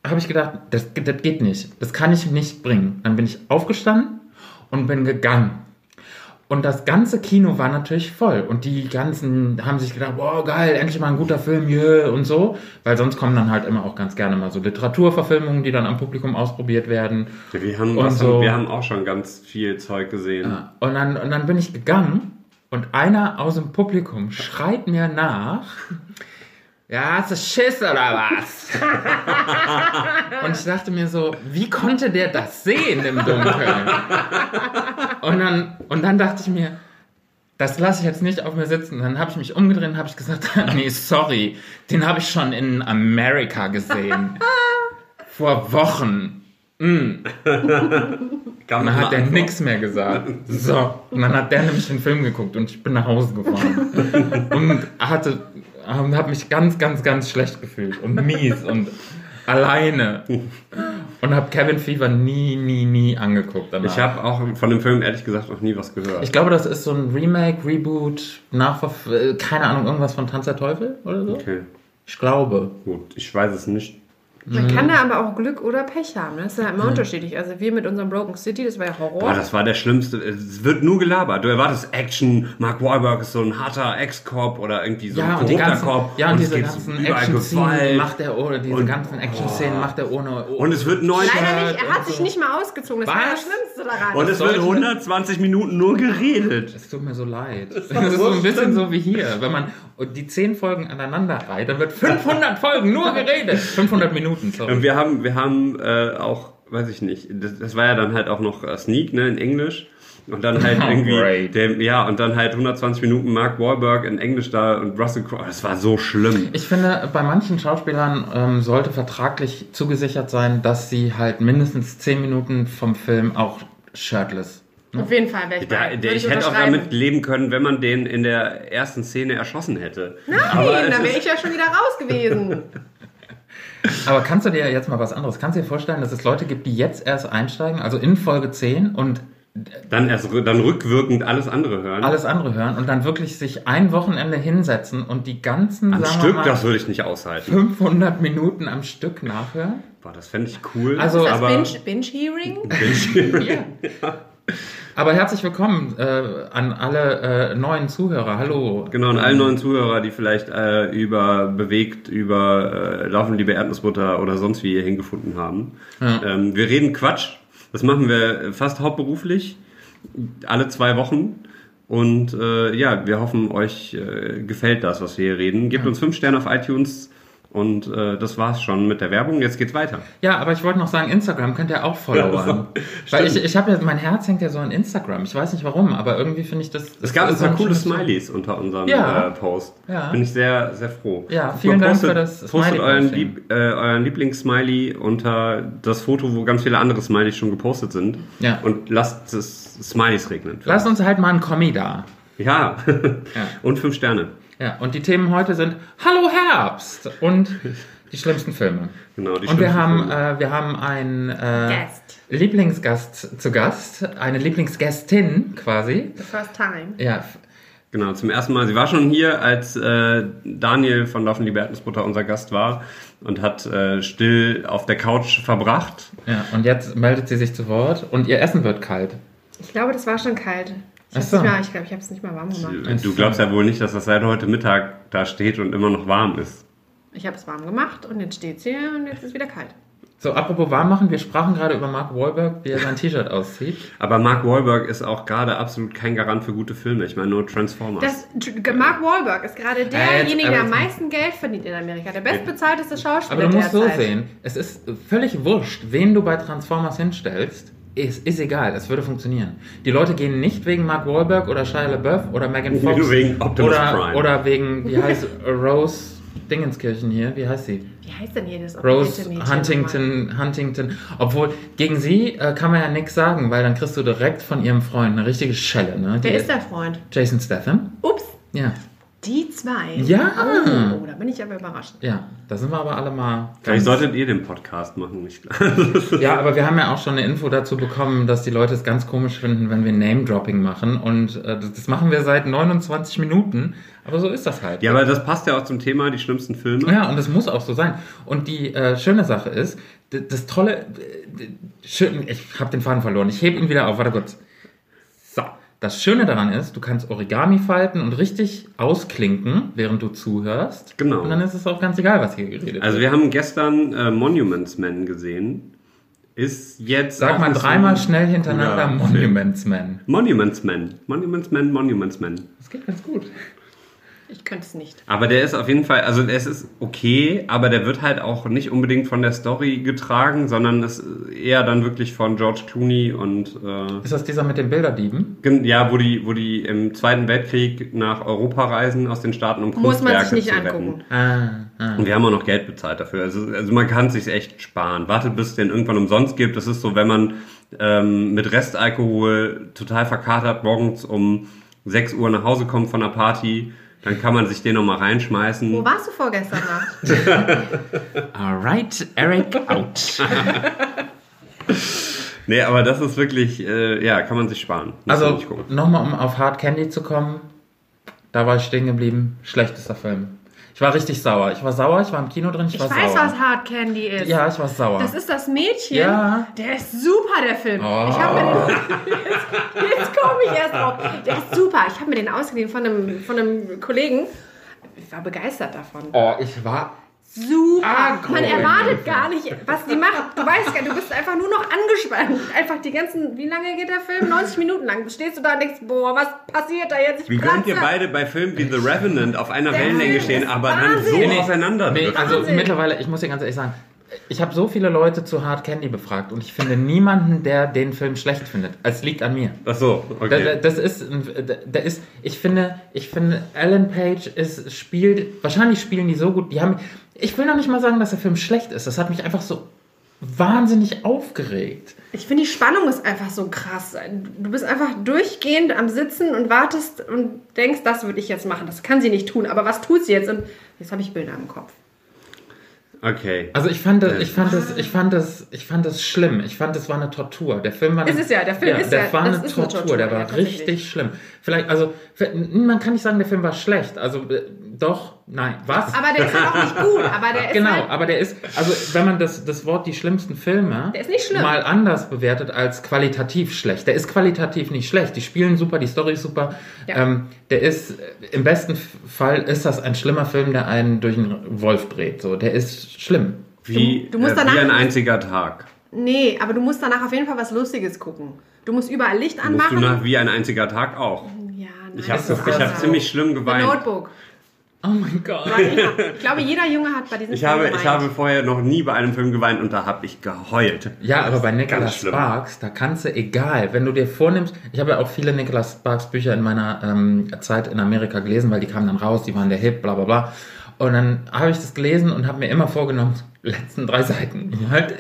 habe ich gedacht, das, das geht nicht. Das kann ich nicht bringen. Dann bin ich aufgestanden und bin gegangen. Und das ganze Kino war natürlich voll. Und die ganzen haben sich gedacht, wow, geil, endlich mal ein guter Film, yeah, und so. Weil sonst kommen dann halt immer auch ganz gerne mal so Literaturverfilmungen, die dann am Publikum ausprobiert werden.
Wir haben,
Und
was,
so-
wir haben auch schon ganz viel Zeug gesehen.
Ja. Und dann, und dann bin ich gegangen und einer aus dem Publikum schreit mir nach. Ja, hast du Schiss oder was? und ich dachte mir so, wie konnte der das sehen im Dunkeln? Und dann, und dann dachte ich mir, das lasse ich jetzt nicht auf mir sitzen. Dann habe ich mich umgedreht und habe ich gesagt, nee, sorry, den habe ich schon in Amerika gesehen. Vor Wochen.
Kann
Und dann hat
mal
der
antworten.
nichts mehr gesagt. So, und dann hat der nämlich den Film geguckt und ich bin nach Hause gefahren. Und hatte, und habe mich ganz, ganz, ganz schlecht gefühlt und mies und alleine. Und habe Kevin Fever nie, nie, nie angeguckt. Danach.
Ich habe auch von dem Film ehrlich gesagt noch nie was gehört.
ich glaube, das ist so ein Remake, Reboot, Nachverf äh, keine Ahnung, irgendwas von Tanz der Teufel oder so.
okay,
Ich glaube.
gut, ich weiß es nicht.
Mhm.
Man kann da aber auch Glück oder Pech haben. ne? Das ist ja immer unterschiedlich. Also wir mit unserem Broken City, das war ja
Boah,
Horror.
Ah, das war der schlimmste. Es wird nur gelabert. Du erwartest Action. Mark Wahlberg ist so ein harter Ex-Cop oder irgendwie so ein
Ja, und die ganzen,
Korrupter-Cop.
ja, und
es
diese
geht
ganzen
überall
Action-Szenen
Gewalt.
macht er ohne, diese
Und-
ganzen Action-Szenen macht er ohne.
Und es wird 90
Leider nicht, er
und
hat sich
so.
nicht mal ausgezogen. Das
Was?
war das Schlimmste daran.
Und es wird
sollte-
120 Minuten nur geredet.
Es tut mir so leid. Das ist,
doch
so
so
ein bisschen
schlimm.
so wie hier. Wenn man die zehn Folgen aneinander reiht, dann wird 500 Folgen nur geredet. 500 Minuten, sorry.
Und wir haben, wir haben äh, auch, weiß ich nicht, das, das war ja dann halt auch noch äh, Sneak, ne, in Englisch. Und dann halt
Oh,
irgendwie,
great.
der, ja, und dann halt 120 Minuten Mark Wahlberg in Englisch da und Russell Crowe. Das war so schlimm.
Ich finde, bei manchen Schauspielern ähm, sollte vertraglich zugesichert sein, dass sie halt mindestens 10 Minuten vom Film auch shirtless.
Auf jeden Fall wäre ich
Da,
bei.
der,
Würde
ich hätte auch
unterschreiben.
damit leben können, wenn man den in der ersten Szene erschossen hätte.
Nein, da
es
wäre
ist-
ich ja schon wieder raus gewesen.
Aber kannst du dir jetzt mal was anderes? Kannst du dir vorstellen, dass es Leute gibt, die jetzt erst einsteigen, also in Folge 10 und
Dann erst rü- dann rückwirkend alles andere hören.
alles andere hören und dann wirklich sich ein Wochenende hinsetzen und die ganzen,
Am
sagen wir
Stück,
mal,
das würde ich nicht aushalten.
500 Minuten am Stück nachhören?
Boah, das fände ich cool.
Also-
Das
aber
Binge- Binge-Hearing?
Ja. Aber herzlich willkommen äh, an alle äh, neuen Zuhörer. Hallo.
Genau, und allen neuen Zuhörer, die vielleicht äh, über bewegt, über äh, laufen liebe Erdnussbutter oder sonst wie hier hingefunden haben. Ähm, wir reden Quatsch. Das machen wir äh, fast hauptberuflich, alle zwei Wochen. Und äh, ja, wir hoffen, euch äh, gefällt das, was wir hier reden. Gebt uns fünf Sterne auf iTunes und äh, das war's schon mit der Werbung. Jetzt geht's weiter.
Ja, aber ich wollte noch sagen, Instagram könnt ihr auch followern. Weil ich, ich habe ja, mein Herz hängt ja so an Instagram. Ich weiß nicht warum, aber irgendwie finde ich das.
Es gab
Also
ein
das ist
paar
so
coole
schönes-
Smileys unter unserem
Ja.
äh, Post.
Ja.
Bin ich sehr, sehr froh.
Ja, vielen Dank für das
Postet euren,
Smiley-Posting.
Lieb, äh, euren Lieblingssmiley unter das Foto, wo ganz viele andere Smileys schon gepostet sind.
Ja.
Und lasst es Smileys regnen.
Lasst uns halt mal einen Kommi da.
Ja.
Ja.
Und fünf Sterne.
Ja, und die Themen heute sind Hallo Herbst und die schlimmsten Filme.
Genau, die
und wir
schlimmsten
haben,
Filme.
äh, wir haben einen äh,
Guest.
Lieblingsgast zu Gast, eine Lieblingsgästin quasi.
The first time.
Ja,
Genau, zum ersten Mal. Sie war schon hier, als äh, Daniel von Laufen Liebe Erdnussbutter unser Gast war und hat äh, still auf der Couch verbracht.
Ja, und jetzt meldet sie sich zu Wort und ihr Essen wird kalt.
Ich glaube, das war schon kalt.
Ach
Ich hab's
so.
nicht mehr- ich glaube, ich habe es nicht mal warm gemacht.
Du glaubst ja wohl nicht, dass das seit heute Mittag da steht und immer noch warm ist.
Ich habe es warm gemacht und jetzt steht hier und jetzt ist wieder kalt.
So, apropos warm machen, wir sprachen gerade über Mark Wahlberg, wie er sein T-Shirt auszieht.
Aber Mark Wahlberg ist auch gerade absolut kein Garant für gute Filme. Ich meine nur Transformers.
Das, Mark Wahlberg ist gerade derjenige,
aber
der am
jetzt-
meisten Geld verdient in Amerika. Der bestbezahlteste Schauspieler
Aber du musst so
derzeit.
sehen, es ist völlig wurscht, wen du bei Transformers hinstellst. Es ist egal, es würde funktionieren. Die Leute gehen nicht wegen Mark Wahlberg oder Shia LaBeouf oder Megan
Nur
Fox
wegen Optimus
oder,
Prime.
oder wegen, wie heißt Rose Dingenskirchen hier, wie heißt sie?
Wie heißt denn hier das
Rose
operierte Mädchen nochmal?
Huntington, Huntington. Obwohl, gegen sie äh, kann man ja nichts sagen, weil dann kriegst du direkt von ihrem Freund eine richtige Schelle. Ne?
Wer
Die-
ist der Freund?
Jason Statham?
Ups,
Ja,
die zwei.
Ja.
Oh, da bin ich aber überrascht.
ja, da sind wir aber alle mal.
Vielleicht solltet ihr den Podcast machen, nicht klar.
Ja, aber wir haben ja auch schon eine Info dazu bekommen, dass die Leute es ganz komisch finden, wenn wir Name-Dropping machen. Und äh, das das machen wir seit 29 Minuten. Aber so ist das halt.
ja, aber das passt ja auch zum Thema die schlimmsten Filme.
Ja, und das muss auch so sein. Und die äh, schöne Sache ist, d- das tolle, äh, d- schön, ich habe den Faden verloren. Ich heb ihn wieder auf. Warte kurz. So, Das Schöne daran ist, du kannst Origami falten und richtig ausklinken, während du zuhörst.
Genau.
Und dann ist es auch ganz egal, was hier geredet wird.
Also wir haben gestern äh, Monuments Men gesehen. Ist jetzt.
Sag
auch
mal
ein
dreimal
Song-
schnell hintereinander
Ja, okay.
Monuments Man.
Monuments Men. Monuments Men, Monuments Men.
Das geht ganz gut.
Ich könnte es nicht.
Aber der ist auf jeden Fall, also es ist okay, aber der wird halt auch nicht unbedingt von der Story getragen, sondern ist eher dann wirklich von George Clooney und äh,
Ist das dieser mit den Bilderdieben?
gen- ja, wo die, wo die im Zweiten Weltkrieg nach Europa reisen aus den Staaten um
Muss man sich
Kunstwerke
nicht
zu
angucken.
retten.
Ah, ah.
Und wir haben auch noch Geld bezahlt dafür. Also, also man kann sich echt sparen. Wartet, bis es den irgendwann umsonst gibt. Das ist so, wenn man ähm, mit Restalkohol total verkatert morgens um 6 Uhr nach Hause kommt von einer Party, dann kann man sich den nochmal reinschmeißen.
Wo warst du vorgestern Nacht?
Alright, Eric out.
Nee, aber das ist wirklich, äh, ja, kann man sich sparen. Muss man
Also
nicht gucken.
nochmal, um auf Hard Candy zu kommen. Da war ich stehen geblieben. Schlechtester Film. Ich war richtig sauer. Ich war sauer, ich war im Kino drin, ich,
Ich
war
weiß,
sauer.
was Hard Candy ist.
ja, ich war sauer.
Das ist das Mädchen.
Ja.
Der ist super, der Film. Ich hab mir
Oh.
den, jetzt, jetzt komme ich erst drauf. Der ist super. Ich habe mir den ausgeliehen von einem, von einem Kollegen. Ich war begeistert davon.
oh, ich war.
Super.
Ah,
Agro
Man
in dem
erwartet
Film.
gar nicht, was die macht. Du weißt gar nicht, du bist einfach nur noch angespannt. Einfach die ganzen, wie lange geht der Film? 90 Minuten lang. Stehst du da und denkst, boah, was passiert da jetzt? Ich
Wie könnt ihr
platze.
beide bei Filmen wie The Revenant auf einer
Der
Wellenlänge
Film
stehen,
ist
aber dann so
Wahnsinn. Nee,
auseinander?
Nee,
driften?
also
Wahnsinn.
mittlerweile, ich muss dir ganz ehrlich sagen, ich habe so viele Leute zu Hard Candy befragt und ich finde niemanden, der den Film schlecht findet. Es liegt an mir.
Ach so,
Da-
okay.
da- Das ist, ein- da- da ist, ich finde, ich finde, Alan Page ist, spielt, wahrscheinlich spielen die so gut, die haben, ich will noch nicht mal sagen, dass der Film schlecht ist, das hat mich einfach so wahnsinnig aufgeregt.
Ich finde, die Spannung ist einfach so krass. Du bist einfach durchgehend am Sitzen und wartest und denkst, das würde ich jetzt machen. Das kann sie nicht tun. Aber was tut sie jetzt? Und jetzt habe ich Bilder im Kopf.
Okay.
Also ich fand das, ich fand das, ich fand das, ich fand das schlimm. Ich fand, das war eine Tortur. Der Film war eine,
Es ist ja, der Film ist
der
ja-
war
das
eine,
ist eine
Tortur.
Tortur,
Der
ja,
war
tatsächlich.
richtig schlimm. Vielleicht, also für- man kann nicht sagen, der Film war schlecht. Also äh, doch, nein, was?
Aber der ist halt auch nicht gut. Aber der ist
genau,
halt,
aber der ist, also wenn man das, das Wort die schlimmsten Filme
Der ist nicht schlimm.
mal anders bewertet als qualitativ schlecht. Der ist qualitativ nicht schlecht. Die spielen super, die Story ist super.
Ja.
Ähm, der ist, äh, im besten Fall ist das ein schlimmer Film, der einen durch den Wolf dreht. So, der ist schlimm.
Wie,
du musst
äh, wie
danach-
ein einziger Tag.
nee, aber du musst danach auf jeden Fall was Lustiges gucken. Du musst überall Licht
Musst du
anmachen.
nach wie ein einziger Tag auch.
ja, nein,
Ich habe
das ist
hab
auch-
ziemlich schlimm
The
geweint.
Notebook.
Oh mein Gott.
Ich glaube, jeder Junge hat bei diesem
Ich
Film
habe, ich
geweint.
habe vorher noch nie bei einem Film geweint und da habe ich geheult.
Ja, aber bei
ganz
Nicholas
schlimm.
Sparks, da kannst du, egal, wenn du dir vornimmst, ich habe ja auch viele Nicholas Sparks Bücher in meiner ähm, Zeit in Amerika gelesen, weil die kamen dann raus, die waren der Hip, bla bla bla. Und dann habe ich das gelesen und habe mir immer vorgenommen, die letzten drei Seiten, halt,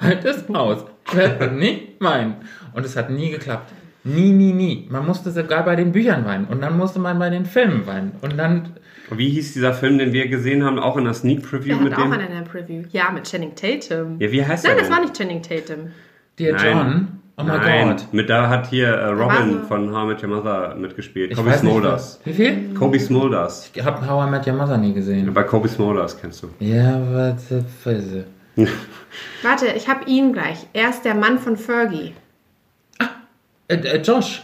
halt das Maus, ich werde nicht weinen. Und es hat nie geklappt. Nie, nie, nie. Man musste sogar bei den Büchern weinen und dann musste man bei den Filmen weinen. Und dann,
Wie hieß dieser Film, den wir gesehen haben, auch in der Sneak Preview
Wir
mit
hatten auch
dem?
einen in der Preview. Ja, mit Channing Tatum.
Ja, wie heißt
Nein,
der
das
denn?
war nicht Channing Tatum.
Dear
Nein.
John, oh mein
Nein,
Gott.
mit da hat hier äh,
war
Robin
so-
von How I Met Your Mother mitgespielt.
Ich
Kobe
weiß nicht,
Smulders.
Wie viel?
Kobe Smulders.
Ich habe How I Met Your Mother nie gesehen.
Bei Kobe Smulders kennst du.
Ja, warte, Fäuse.
Warte, ich habe ihn gleich. Er ist der Mann von Fergie.
Äh, äh, Josh,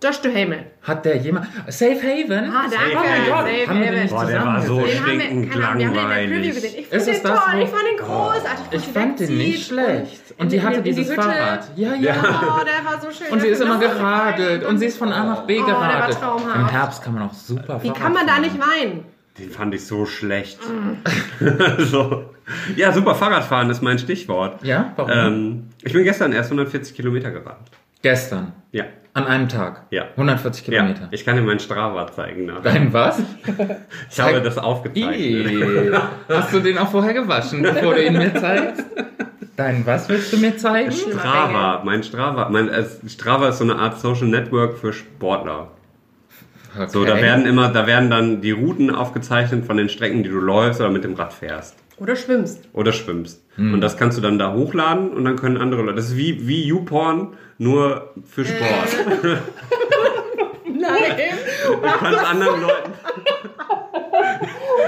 Josh Duhamel.
hat der jemand. Safe Haven?
Ah, danke.
Safe Haven.
Oh
Safe
Haben wir den
Haven.
nicht
Boah, der war so
Den
zusammengesetzt?
haben wir,
stinkend
keine Ahnung, wir haben den in der Preview
langweilig.
gesehen. Ich
Ist
fand den
es das,
toll,
wo-
ich fand den großartig.
Ich fand den nicht schlecht. Und die hatte dieses Fahrrad. Ja, ja.
Oh, der war so schön.
Und sie
Der
ist immer
Film war so
geradelt
geil.
und sie ist von A nach B
Oh, der war
geradelt.
traumhaft.
Im Herbst kann man auch super
Wie kann man da nicht weinen?
Den fand ich so schlecht. so. Ja, super, Fahrradfahren ist mein Stichwort.
Ja, warum?
Ähm, ich bin gestern erst 140 Kilometer gerannt.
Gestern,
Ja.
an einem Tag,
Ja.
140
ja.
Kilometer.
Ich kann dir meinen Strava zeigen. nachher.
Dein was?
Ich habe das aufgezeichnet.
Ih, Hast du den auch vorher gewaschen, bevor du ihn mir zeigst? Dein was willst du mir zeigen?
Strava, mein Strava. Mein, äh, Strava ist so eine Art Social Network für Sportler.
Okay.
So, da werden immer, da werden dann die Routen aufgezeichnet von den Strecken, die du läufst oder mit dem Rad fährst
Oder schwimmst.
oder schwimmst.
Hm.
Und das kannst du dann da hochladen und dann können andere Leute. Das ist wie, wie YouPorn, nur für Sport.
Nein.
Du kannst anderen Leuten.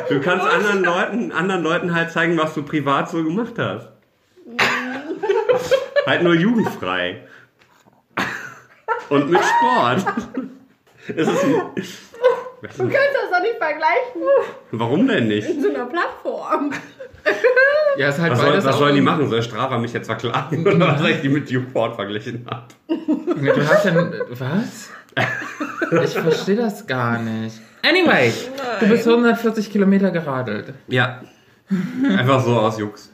Du kannst anderen Leuten, anderen Leuten halt zeigen, was du privat so gemacht hast. halt nur jugendfrei. und mit Sport. Es ist ein,
Du kannst das doch nicht vergleichen
warum denn nicht?
in so einer Plattform.
Ja, ist halt
Was, soll,
beides
was
auch
sollen die
irgendwie-
machen? Soll Strava mich jetzt verklagen oder was ich die mit YouPorn verglichen habe?
Nee, Du hast ja. Was? Ich verstehe das gar nicht. Anyway, du bist 140 Kilometer geradelt.
Ja. Einfach so aus Jux.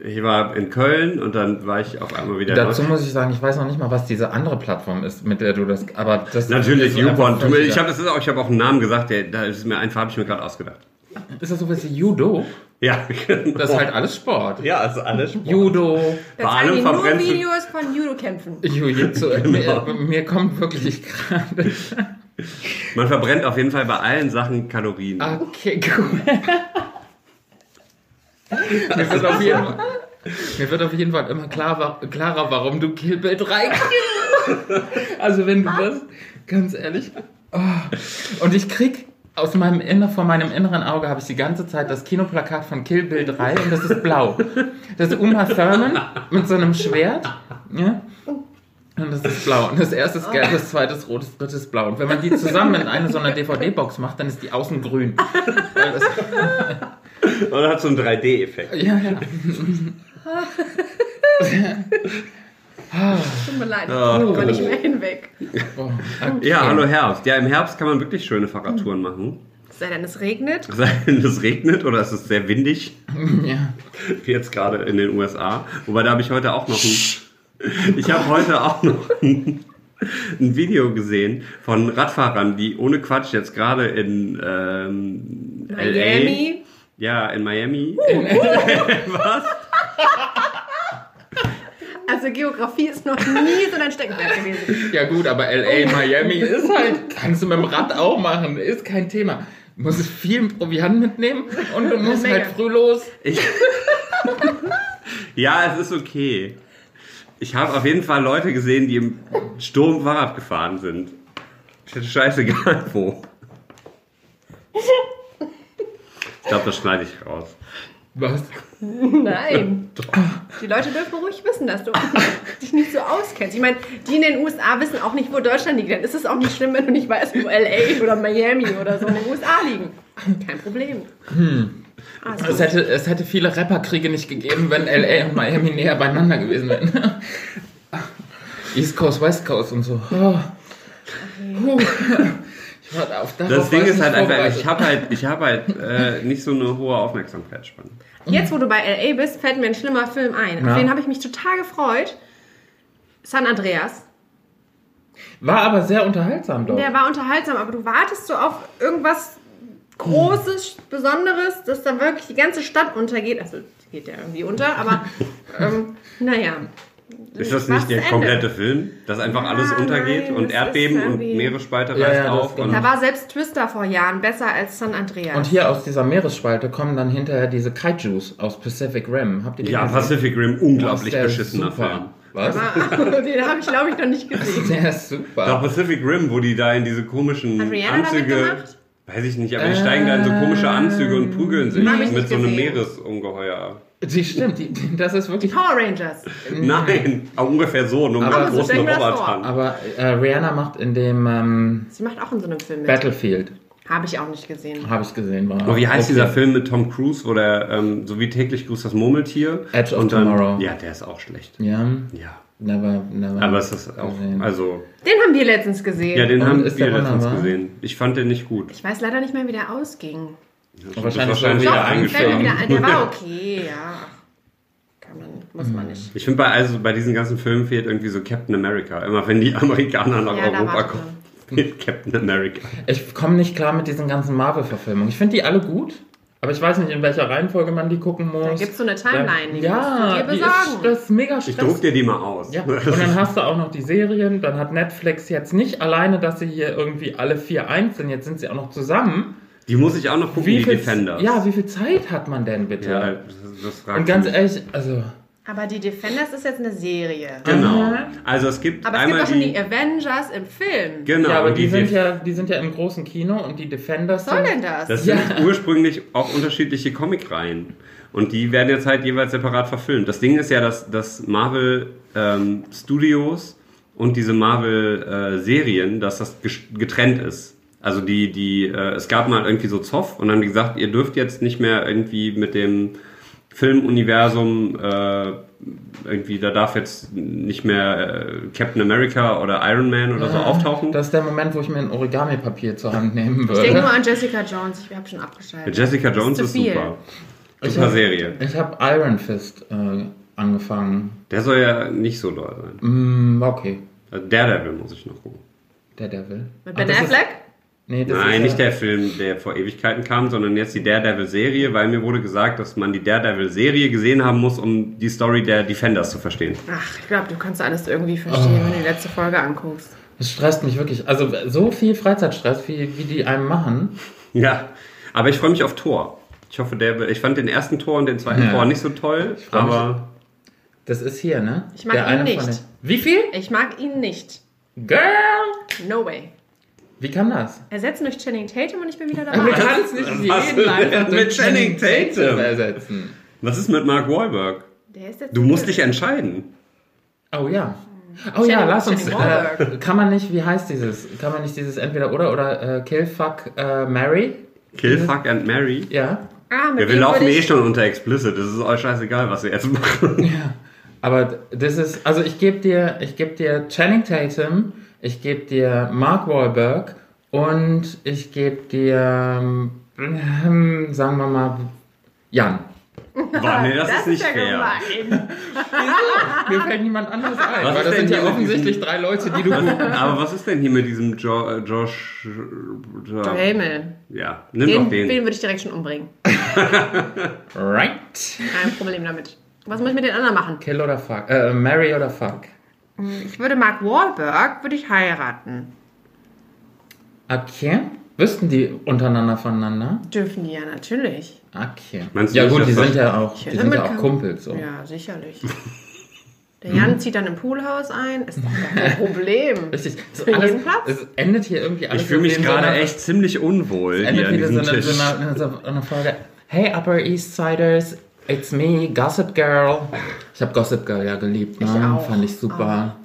Ich war in Köln und dann war ich auf einmal wieder
Dazu
in Deutschland.
muss ich sagen, ich weiß noch nicht mal, was diese andere Plattform ist, mit der du das. Aber das
Natürlich
das ist
YouPorn.
einfach-
Ich habe auch, ich hab auch einen Namen gesagt, der, da ist mir einfach, habe ich mir gerade ausgedacht.
Ist das sowas wie Judo?
Ja, genau.
Das ist halt alles Sport.
ja, also alles Sport.
Judo.
Da
Bei
zeigen
allem
die nur
verbrennt.
Videos von Judo-Kämpfen.
Jiu-Jitsu.
Genau.
mir, mir kommt wirklich gerade.
Man verbrennt auf jeden Fall bei allen Sachen Kalorien.
Okay, cool. mir, wird auf jeden Fall, mir wird auf jeden Fall immer klar, wa- klarer, warum du Kill Bill 3 killst. Also wenn du das, ganz ehrlich. Oh. Und ich krieg aus meinem Inner, vor meinem inneren Auge habe ich die ganze Zeit das Kinoplakat von Kill Bill 3 und das ist blau. Das ist Uma Thurman mit so einem Schwert. Ja? Und das ist blau. Und das erste ist gelb, das zweite ist rot, das dritte ist blau. Und wenn man die zusammen in eine so einer DVD-Box macht, dann ist die außen grün. Weil das,
Und dann hat so einen 3D-Effekt.
ja, ja.
Tut mir leid, ich
Ah.
komme nicht mehr hinweg.
Oh, okay.
Ja, hallo Herbst. Ja, im Herbst kann man wirklich schöne
Hm.
Fahrradtouren machen.
Es Sei denn, es regnet.
Sei denn, es regnet oder es ist sehr windig,
Ja.
wie jetzt gerade in den USA. Wobei, da habe ich heute auch noch ein, ich habe heute auch noch ein, ein Video gesehen von Radfahrern, die ohne Quatsch jetzt gerade in ähm, LA,
Miami.
ja, in Miami,
Also Geografie ist noch nie so dein Steckenpferd gewesen.
ja gut, aber LA, Miami ist halt, kannst du mit dem Rad auch machen, ist kein Thema. Du musst viel Proviant mitnehmen und du musst
Menge.
halt früh los.
Ich ja, es ist okay. Ich habe auf jeden Fall Leute gesehen, die im Sturm Fahrrad gefahren sind. Scheißegal wo. Ich glaube, das schneide ich raus.
Was?
Nein. Die Leute dürfen ruhig wissen, dass du dich nicht so auskennst. Ich meine, die in den USA wissen auch nicht, wo Deutschland liegt. Dann ist es auch nicht schlimm, wenn du nicht weißt, wo LA oder Miami oder so in den USA liegen. Kein Problem. Also,
Es hätte, es hätte viele Rapperkriege nicht gegeben, wenn LA und Miami näher beieinander gewesen wären. East Coast, West Coast und so. Oh. Puh. Ich war auf darauf
Das Ding
war ich
ist halt
nicht
einfach,
vorbereitet.
ich habe halt, ich hab halt äh, nicht so eine hohe Aufmerksamkeitsspanne.
Jetzt, wo du bei LA bist, fällt mir ein schlimmer Film ein.
Ja.
Auf den habe ich mich total gefreut. San Andreas.
War aber sehr unterhaltsam doch.
Der war unterhaltsam, aber du wartest so auf irgendwas Großes, Besonderes, dass dann wirklich die ganze Stadt untergeht. Also die geht ja irgendwie unter, aber ähm, naja.
Ist das
War's
nicht der
zu Ende?
komplette Film? Dass einfach alles
nein,
untergeht und
das ist
Erdbeben und
irgendwie-
Meeresspalte
Ja,
reißt
ja, das
auf?
genau.
Und
Da war selbst Twister vor Jahren besser als San Andreas.
Und hier aus dieser Meeresspalte kommen dann hinterher diese Kaijus aus Pacific Rim. Habt ihr die
ja,
gesehen?
Pacific Rim, unglaublich
Der ist
beschissener
super.
Film.
Was?
aber Ah, den habe ich, glaube ich, noch nicht gesehen.
Der ist
Nach
super.
Pacific Rim, wo die da in diese komischen
Hat Rihanna da
Anzüge.
mitgemacht? Ähm,
Weiß ich nicht, aber die steigen da in so komische Anzüge und prügeln sich
Hab ich
mit
nicht
so einem
gesehen.
Meeresungeheuer.
Die stimmt, die, die, das ist wirklich.
Power Rangers.
Nein, aber ungefähr so, nur mit
Aber
einem
so
großen
stellen wir das
Robotern.
Aber äh, Rihanna macht in dem ähm,
Sie macht auch in so einem Film mit.
Battlefield,
Habe ich auch nicht gesehen.
habe ich gesehen. War
Aber wie heißt
okay.
dieser Film mit Tom Cruise, wo der ähm, so wie täglich grüßt das Murmeltier?
Edge of Tomorrow.
Ja, der ist auch schlecht.
Ja,
Ja.
never, never.
Aber es ist auch,
gesehen.
also,
Den haben wir letztens gesehen.
ja, den
Und
haben
ist
wir
der
letztens
wunderbar?
gesehen. Ich fand den nicht gut.
ich weiß leider nicht mehr, wie der ausging.
Ich hab
wahrscheinlich
das
schon wieder
Doch, fällt mir
eingeschlafen.
wieder ein. Der war okay, ja. Kann man, muss man nicht.
Ich finde bei, also bei diesen ganzen Filmen fehlt irgendwie so Captain America. Immer wenn die Amerikaner nach
Ja, da
Europa
wartet
kommen, fehlt Captain America.
Ich komme nicht klar mit diesen ganzen Marvel-Verfilmungen. Ich finde die alle gut, aber ich weiß nicht, in welcher Reihenfolge man die gucken muss.
Da gibt's so eine Timeline, die
ja,
musst du dir
die
besorgen.
ist, das ist mega
Ich
stressig.
druck dir die mal aus.
Ja, und dann hast du auch noch die Serien. Dann hat Netflix jetzt nicht alleine, dass sie hier irgendwie alle vier einzeln, jetzt sind sie auch noch zusammen.
Die muss ich auch noch gucken, die
viel,
Defenders.
ja, wie viel Zeit hat man denn bitte?
Ja, das, das fragt
und ganz
mich.
ehrlich, also.
Aber die Defenders ist jetzt eine Serie.
Genau.
Aha.
Also es gibt
Aber es gibt
einmal
auch schon die,
die.
Avengers im Film.
genau.
ja, aber
und
die, sind
Def-
ja, die sind ja im großen Kino und die Defenders
Was soll
sind.
denn das?
Das
Ja.
sind ursprünglich auch unterschiedliche Comicreihen. Und die werden jetzt halt jeweils separat verfilmt. Das Ding ist ja, dass, dass Marvel ähm, Studios und diese Marvel-Serien, dass das ges- getrennt ist. Also die, die, äh, es gab mal irgendwie so Zoff und dann haben die gesagt, ihr dürft jetzt nicht mehr irgendwie mit dem Filmuniversum äh, irgendwie, da darf jetzt nicht mehr äh, Captain America oder Iron Man oder so auftauchen.
Das ist der Moment, wo ich mir ein Origami-Papier zur Hand nehmen
Ich denke nur
würde.
an Jessica Jones. Ich habe schon abgeschaltet.
Jessica
Das
Jones
zu
ist,
viel.
super.
Ich
Super
hab-
Serie.
Ich habe Iron Fist äh, angefangen.
Der soll ja nicht so doll sein.
Mm, war okay.
Also Daredevil muss ich noch gucken.
Der Devil.
Mit
Ah,
Ben
das ist-
Affleck?
Nee, das
Nein,
ist
nicht
ja-
der Film, der vor Ewigkeiten kam, sondern jetzt die Daredevil-Serie, weil mir wurde gesagt, dass man die Daredevil-Serie gesehen haben muss, um die Story der Defenders zu verstehen.
Ach, ich glaube, du kannst alles irgendwie verstehen, wenn du die letzte Folge anguckst.
Es stresst mich wirklich. Also so viel Freizeitstress, wie, wie die einem machen.
Ja, aber ich freue mich auf Thor. Ich hoffe, der, ich fand den ersten Tor und den zweiten
Ja.
Tor nicht so toll,
freu mich.
aber
Das ist hier, ne?
Ich mag ihn nicht.
den- Wie viel?
Ich mag ihn nicht.
Girl!
No way.
Wie kann das? Ah,
Ersetzen durch Channing Tatum und ich bin wieder
Du
dabei.
kannst nicht
Was
jeden
will
einfach
denn
durch
mit Channing Tatum?
ersetzen.
was ist mit Mark Wahlberg?
Der ist jetzt
Du musst dich entscheiden.
Oh ja. Oh ja,
Channing-
lass uns.
Channing Wahlberg.
Äh, kann man nicht, wie heißt dieses? Kann man nicht dieses entweder oder oder äh, Kill, Fuck, äh, Mary?
Kill, fuck and marry.
Ja.
Ah, mit
Ja, wir
dem
laufen
würde
eh
ich,
schon unter Explicit. Das ist euch scheißegal, was wir jetzt machen.
Aber das ist, also ich gebe dir, ich gebe dir Channing Tatum, ich gebe dir Mark Wahlberg und ich gebe dir, ähm, sagen wir mal, Jan.
Boah, um. nee, das,
das
ist nicht
ja
fair.
gemein.
Mir
Ah.
fällt niemand anders ein.
Was ist
weil das
denn
sind ja
hier mit
offensichtlich drei Leute, die du gut.
Aber was ist denn hier mit diesem jo äh, Josh? äh,
Joe Himmel.
Ja, nimm
Den,
doch den.
den würde ich direkt schon umbringen.
Right.
Kein Problem damit. Was muss ich mit den anderen machen?
Kill oder fuck? Äh, Mary oder fuck?
Ich würde Mark Wahlberg würde ich heiraten.
Okay. Wüssten die untereinander voneinander?
Dürfen die ja natürlich.
Okay.
Meinst du
ja
nicht,
gut,
dass
die
das-
sind ja auch,
Ich
die
hätte
sind ja
mitgekommen.
auch Kumpels. So.
Ja, sicherlich. Der Jan zieht dann im Poolhaus ein. Ist doch gar kein Problem.
Richtig. Das
Für
ist alles,
jeden Platz?
es endet hier irgendwie alles.
Ich fühle mich
in so
gerade
einer-
echt ziemlich unwohl hier
endet
an
wieder so
diesem
eine,
Tisch.
so, eine, so eine Folge. Hey Upper East Siders, it's me, Gossip Girl. Ich habe Gossip Girl ja geliebt. Ne?
Ich auch. Ah.
Fand ich super.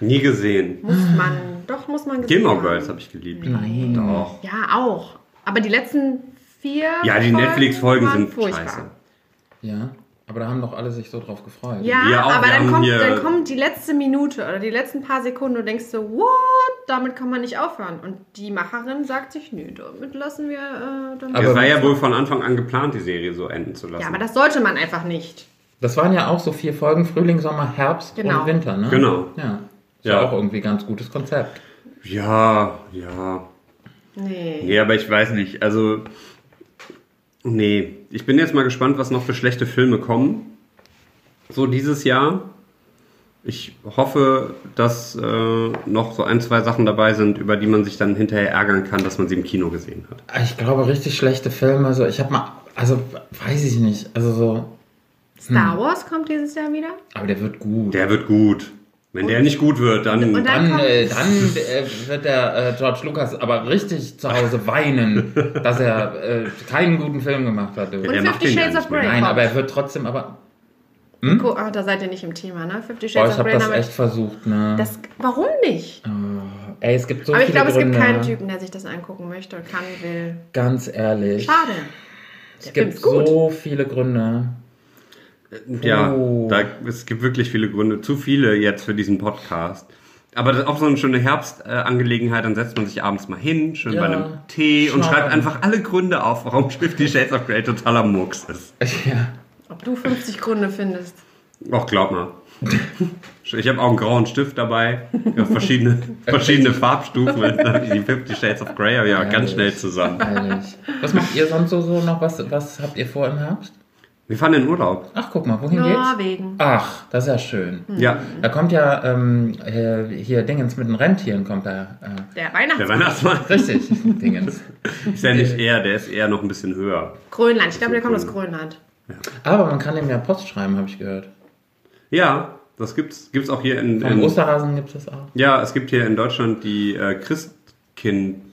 Nie gesehen.
Muss man, doch muss man gesehen
Gilmore
haben.
Girls habe ich geliebt.
Nein.
Doch.
Ja, auch. Aber die letzten vier.
Ja, die
Folgen
Netflix-Folgen
waren
sind
furchtbar.
scheiße.
Ja. Aber da haben doch alle sich so drauf gefreut.
Ja,
Wir auch,
aber
wir
dann
haben
kommt,
hier-
dann kommt die letzte Minute oder die letzten paar Sekunden und denkst du, what? Damit kann man nicht aufhören. Und die Macherin sagt sich, nö, damit lassen wir. Äh, damit
Aber-
es war ja wohl von Anfang an geplant, die Serie so enden zu lassen.
ja, aber das sollte man einfach nicht.
Das waren ja auch so vier Folgen: Frühling, Sommer, Herbst
Genau.
und Winter, ne?
Genau.
Ja. Ist
Ja.
ja auch irgendwie ein ganz gutes Konzept.
ja, ja.
Nee.
Nee, aber ich weiß nicht. Also, nee. Ich bin jetzt mal gespannt, was noch für schlechte Filme kommen. So dieses Jahr. Ich hoffe, dass äh, noch so ein, zwei Sachen dabei sind, über die man sich dann hinterher ärgern kann, dass man sie im Kino gesehen hat.
Ich glaube, richtig schlechte Filme. So, ich habe mal, also weiß ich nicht. Also so, Hm.
Star Wars kommt dieses Jahr wieder.
aber der wird gut.
Der wird gut. Wenn der nicht gut wird, dann.
und dann-
dann,
kommt-
äh, dann äh, wird der äh, George Lucas aber richtig zu Hause weinen, dass er äh, keinen guten Film gemacht hat. du.
der
Und
macht
Fifty
den
Shades
gar
of
nicht mehr.
Grey.
Nein,
kommt.
aber er wird trotzdem, aber
Gu- ah, da seid ihr nicht im Thema, ne? Fifty
boah,
Shades
ich
of
habe
Grey.
das
damit-
echt versucht. Ne? Oh,
das, warum nicht?
Ey, es gibt so
aber ich
viele
glaube, es gibt
Gründe.
keinen Typen, der sich das angucken möchte, kann, will.
Ganz ehrlich,
Schade.
es
Film
gibt
ist gut.
so viele Gründe.
Ja,
Oh.
da, es gibt wirklich viele Gründe, zu viele jetzt für diesen Podcast. Aber das ist auch so eine schöne Herbstangelegenheit, dann setzt man sich abends mal hin, schön
Ja.
bei einem Tee und
Schade.
schreibt einfach alle Gründe auf, warum Fifty Shades of Grey totaler Murks ist.
Ja.
Ob du 50 Gründe findest.
Och, glaub mal. Ich habe auch einen grauen Stift dabei, ja, verschiedene, verschiedene Farbstufen, dann hab ich die Fifty Shades of Grey, aber ja, ganz schnell zusammen.
Ehrlich. Was macht ihr sonst so, so noch? Was, was habt ihr vor im Herbst?
Wir fahren in Urlaub.
Ach, guck mal, wohin geht's?
Norwegen.
Ach, das ist ja schön.
Ja,
Da kommt ja ähm, äh, hier Dingens mit den Rentieren, kommt da. Äh,
Der
der
Weihnachtsmann.
Weihnachtsmann
richtig, Dingens.
ist ja nicht eher, der ist eher noch ein bisschen höher.
Grönland. Ich glaube, der kommt aus Grönland.
Aber man kann dem ja Post schreiben, habe ich gehört.
Ja, das gibt's, gibt's auch hier in,
Beim
in
Osterhasen gibt es das auch.
Ja, es gibt hier in Deutschland die äh, Christ,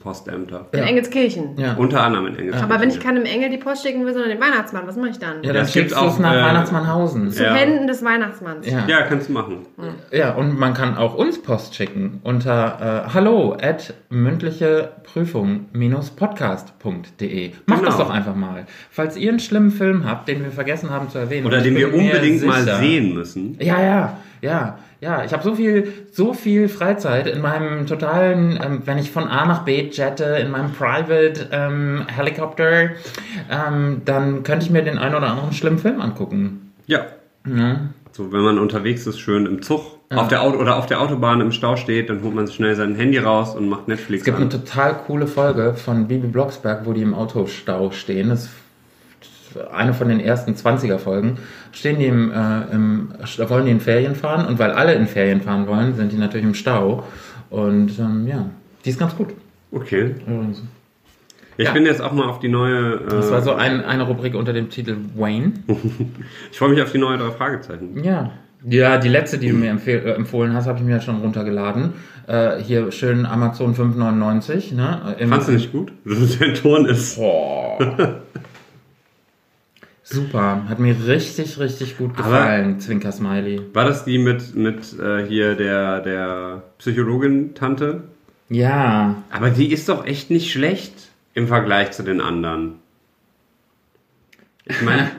Postämter.
In
Ja.
Engelskirchen.
Ja.
Unter anderem in Engelskirchen.
Aber wenn ich keinem Engel die Post schicken will, sondern den Weihnachtsmann, was mache ich dann?
ja,
Ja,
dann
es gibt
schickst du es
auch,
nach
äh,
Weihnachtsmannhausen.
Zu
Ja.
Händen des Weihnachtsmanns.
Ja.
Ja, kannst du machen.
Ja, und man kann auch uns Post schicken unter äh, hallo at mündlicheprüfung-podcast.de. Macht
Genau.
das doch einfach mal. Falls ihr einen schlimmen Film habt, den wir vergessen haben zu erwähnen.
Oder
ich
den wir
bin mir
unbedingt mal
sicher-
sehen müssen.
Ja, ja, ja, ja. Ich habe so viel, so viel Freizeit in meinem totalen, ähm, wenn ich von A nach B jette, in meinem Private ähm, Helicopter, ähm, dann könnte ich mir den einen oder anderen schlimmen Film angucken.
Ja. So, wenn man unterwegs ist, schön im Zug auf der Auto oder auf der Autobahn im Stau steht, dann holt man sich schnell sein Handy raus und macht Netflix
Es gibt eine
an.
total coole Folge von Bibi Blocksberg, wo die im Autostau stehen. Das ist eine von den ersten 20er Folgen. Stehen die im, äh, im, wollen die in Ferien fahren und weil alle in Ferien fahren wollen, sind die natürlich im Stau. Und ähm, ja, die ist ganz gut.
Okay.
Übrigens.
Ich
Ja.
bin jetzt auch mal auf die neue. Äh,
Das war so ein, eine Rubrik unter dem Titel Wayne.
ich freue mich auf die neue drei Fragezeichen.
Ja. Ja, die letzte, die du mir empfehl, äh, empfohlen hast, habe ich mir jetzt schon runtergeladen. Äh, hier schön Amazon 5,99. Ne? Äh, im-
Fandst du nicht gut? Dass dein Ton ist.
Boah. Super, hat mir richtig, richtig gut gefallen, Zwinker Smiley.
War das die mit, mit äh, hier der, der Psychologin-Tante?
Ja,
Aber die ist doch echt nicht schlecht im Vergleich zu den anderen. Ich meine,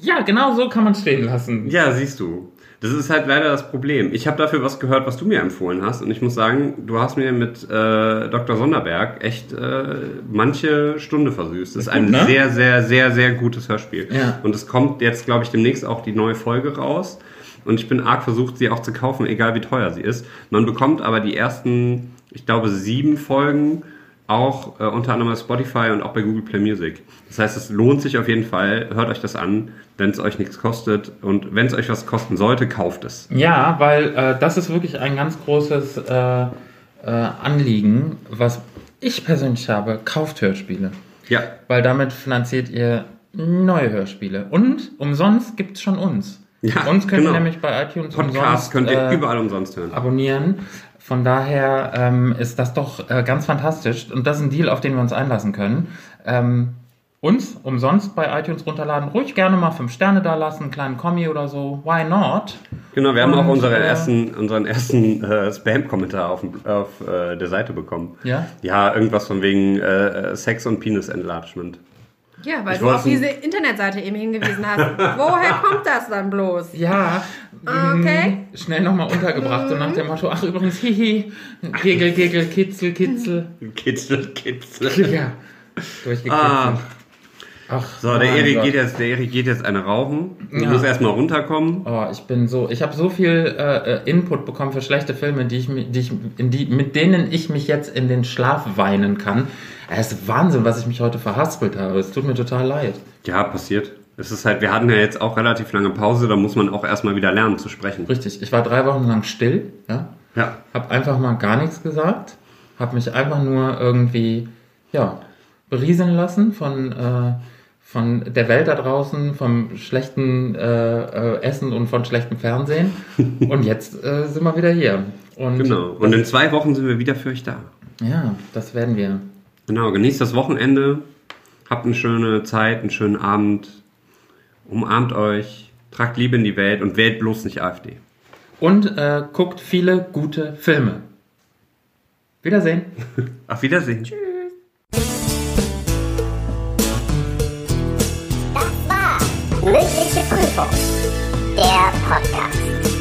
ja, genau so kann man stehen lassen.
Ja, siehst du. Das ist halt leider das Problem. Ich habe dafür was gehört, was du mir empfohlen hast. Und ich muss sagen, du hast mir mit äh, Dr. Sonderberg echt äh, manche Stunde versüßt. Das ist ein
gut, ne?
sehr, sehr, sehr, sehr gutes Hörspiel.
Ja.
Und es kommt jetzt, glaube ich, demnächst auch die neue Folge raus. Und ich bin arg versucht, sie auch zu kaufen, egal wie teuer sie ist. Man bekommt aber die ersten, ich glaube, sieben Folgen auch äh, unter anderem bei Spotify und auch bei Google Play Music. Das heißt, es lohnt sich auf jeden Fall. Hört euch das an, wenn es euch nichts kostet. Und wenn es euch was kosten sollte, kauft es.
Ja, weil äh, das ist wirklich ein ganz großes äh, äh, Anliegen, was ich persönlich habe. Kauft Hörspiele.
Ja,
Weil damit finanziert ihr neue Hörspiele. Und umsonst gibt's schon uns.
Ja,
uns könnt
genau.
ihr nämlich bei iTunes
Podcasts
umsonst,
könnt ihr
äh,
überall umsonst hören.
abonnieren. Von daher ähm, ist das doch äh, ganz fantastisch. Und das ist ein Deal, auf den wir uns einlassen können. Ähm, uns umsonst bei iTunes runterladen. Ruhig gerne mal fünf Sterne da lassen, einen kleinen Kommi oder so. Why not?
Genau, wir haben auch
Und,
unsere
äh,
ersten, unseren ersten äh, Spam-Kommentar auf, dem- auf äh, der Seite bekommen.
Ja?
Ja, irgendwas von wegen äh, äh, Sex und Penis Enlargement.
Ja, weil
Ich
du auf
wollte-
diese Internetseite eben hingewiesen hast. Woher kommt das dann bloß?
Ja.
Ah, okay.
mh, Schnell nochmal untergebracht. So nach dem Motto, ach übrigens, hihi. Gegel, gegel, kitzel, kitzel.
Kitzel, kitzel.
Ja. Durchgekitzelt.
Ah.
Ach,
So, der
Oh mein
Erik
Gott.
geht jetzt, der Erik geht jetzt eine rauchen. Du
Ja.
musst erstmal runterkommen.
Oh, ich bin so, ich habe so viel äh, äh, Input bekommen für schlechte Filme, die ich, mi- die ich, in die, mit denen ich mich jetzt in den Schlaf weinen kann. Es ist Wahnsinn, was ich mich heute verhaspelt habe. Es tut mir total leid.
Ja, passiert. Es ist halt, wir hatten ja jetzt auch relativ lange Pause, da muss man auch erstmal wieder lernen zu sprechen.
Richtig, ich war drei Wochen lang still, ja,
Ja.
habe einfach mal gar nichts gesagt, habe mich einfach nur irgendwie, ja, berieseln lassen von äh, von der Welt da draußen, vom schlechten äh, äh, Essen und von schlechtem Fernsehen. Und jetzt äh, sind wir wieder hier. Und
Genau. Und in zwei Wochen sind wir wieder für euch da.
ja, das werden wir.
Genau, genießt das Wochenende. Habt eine schöne Zeit, einen schönen Abend. Umarmt euch. Tragt Liebe in die Welt und wählt bloß nicht AfD.
Und äh, guckt viele gute Filme. Wiedersehen.
Auf Wiedersehen.
Das war mündliche Prüfung. Der Podcast.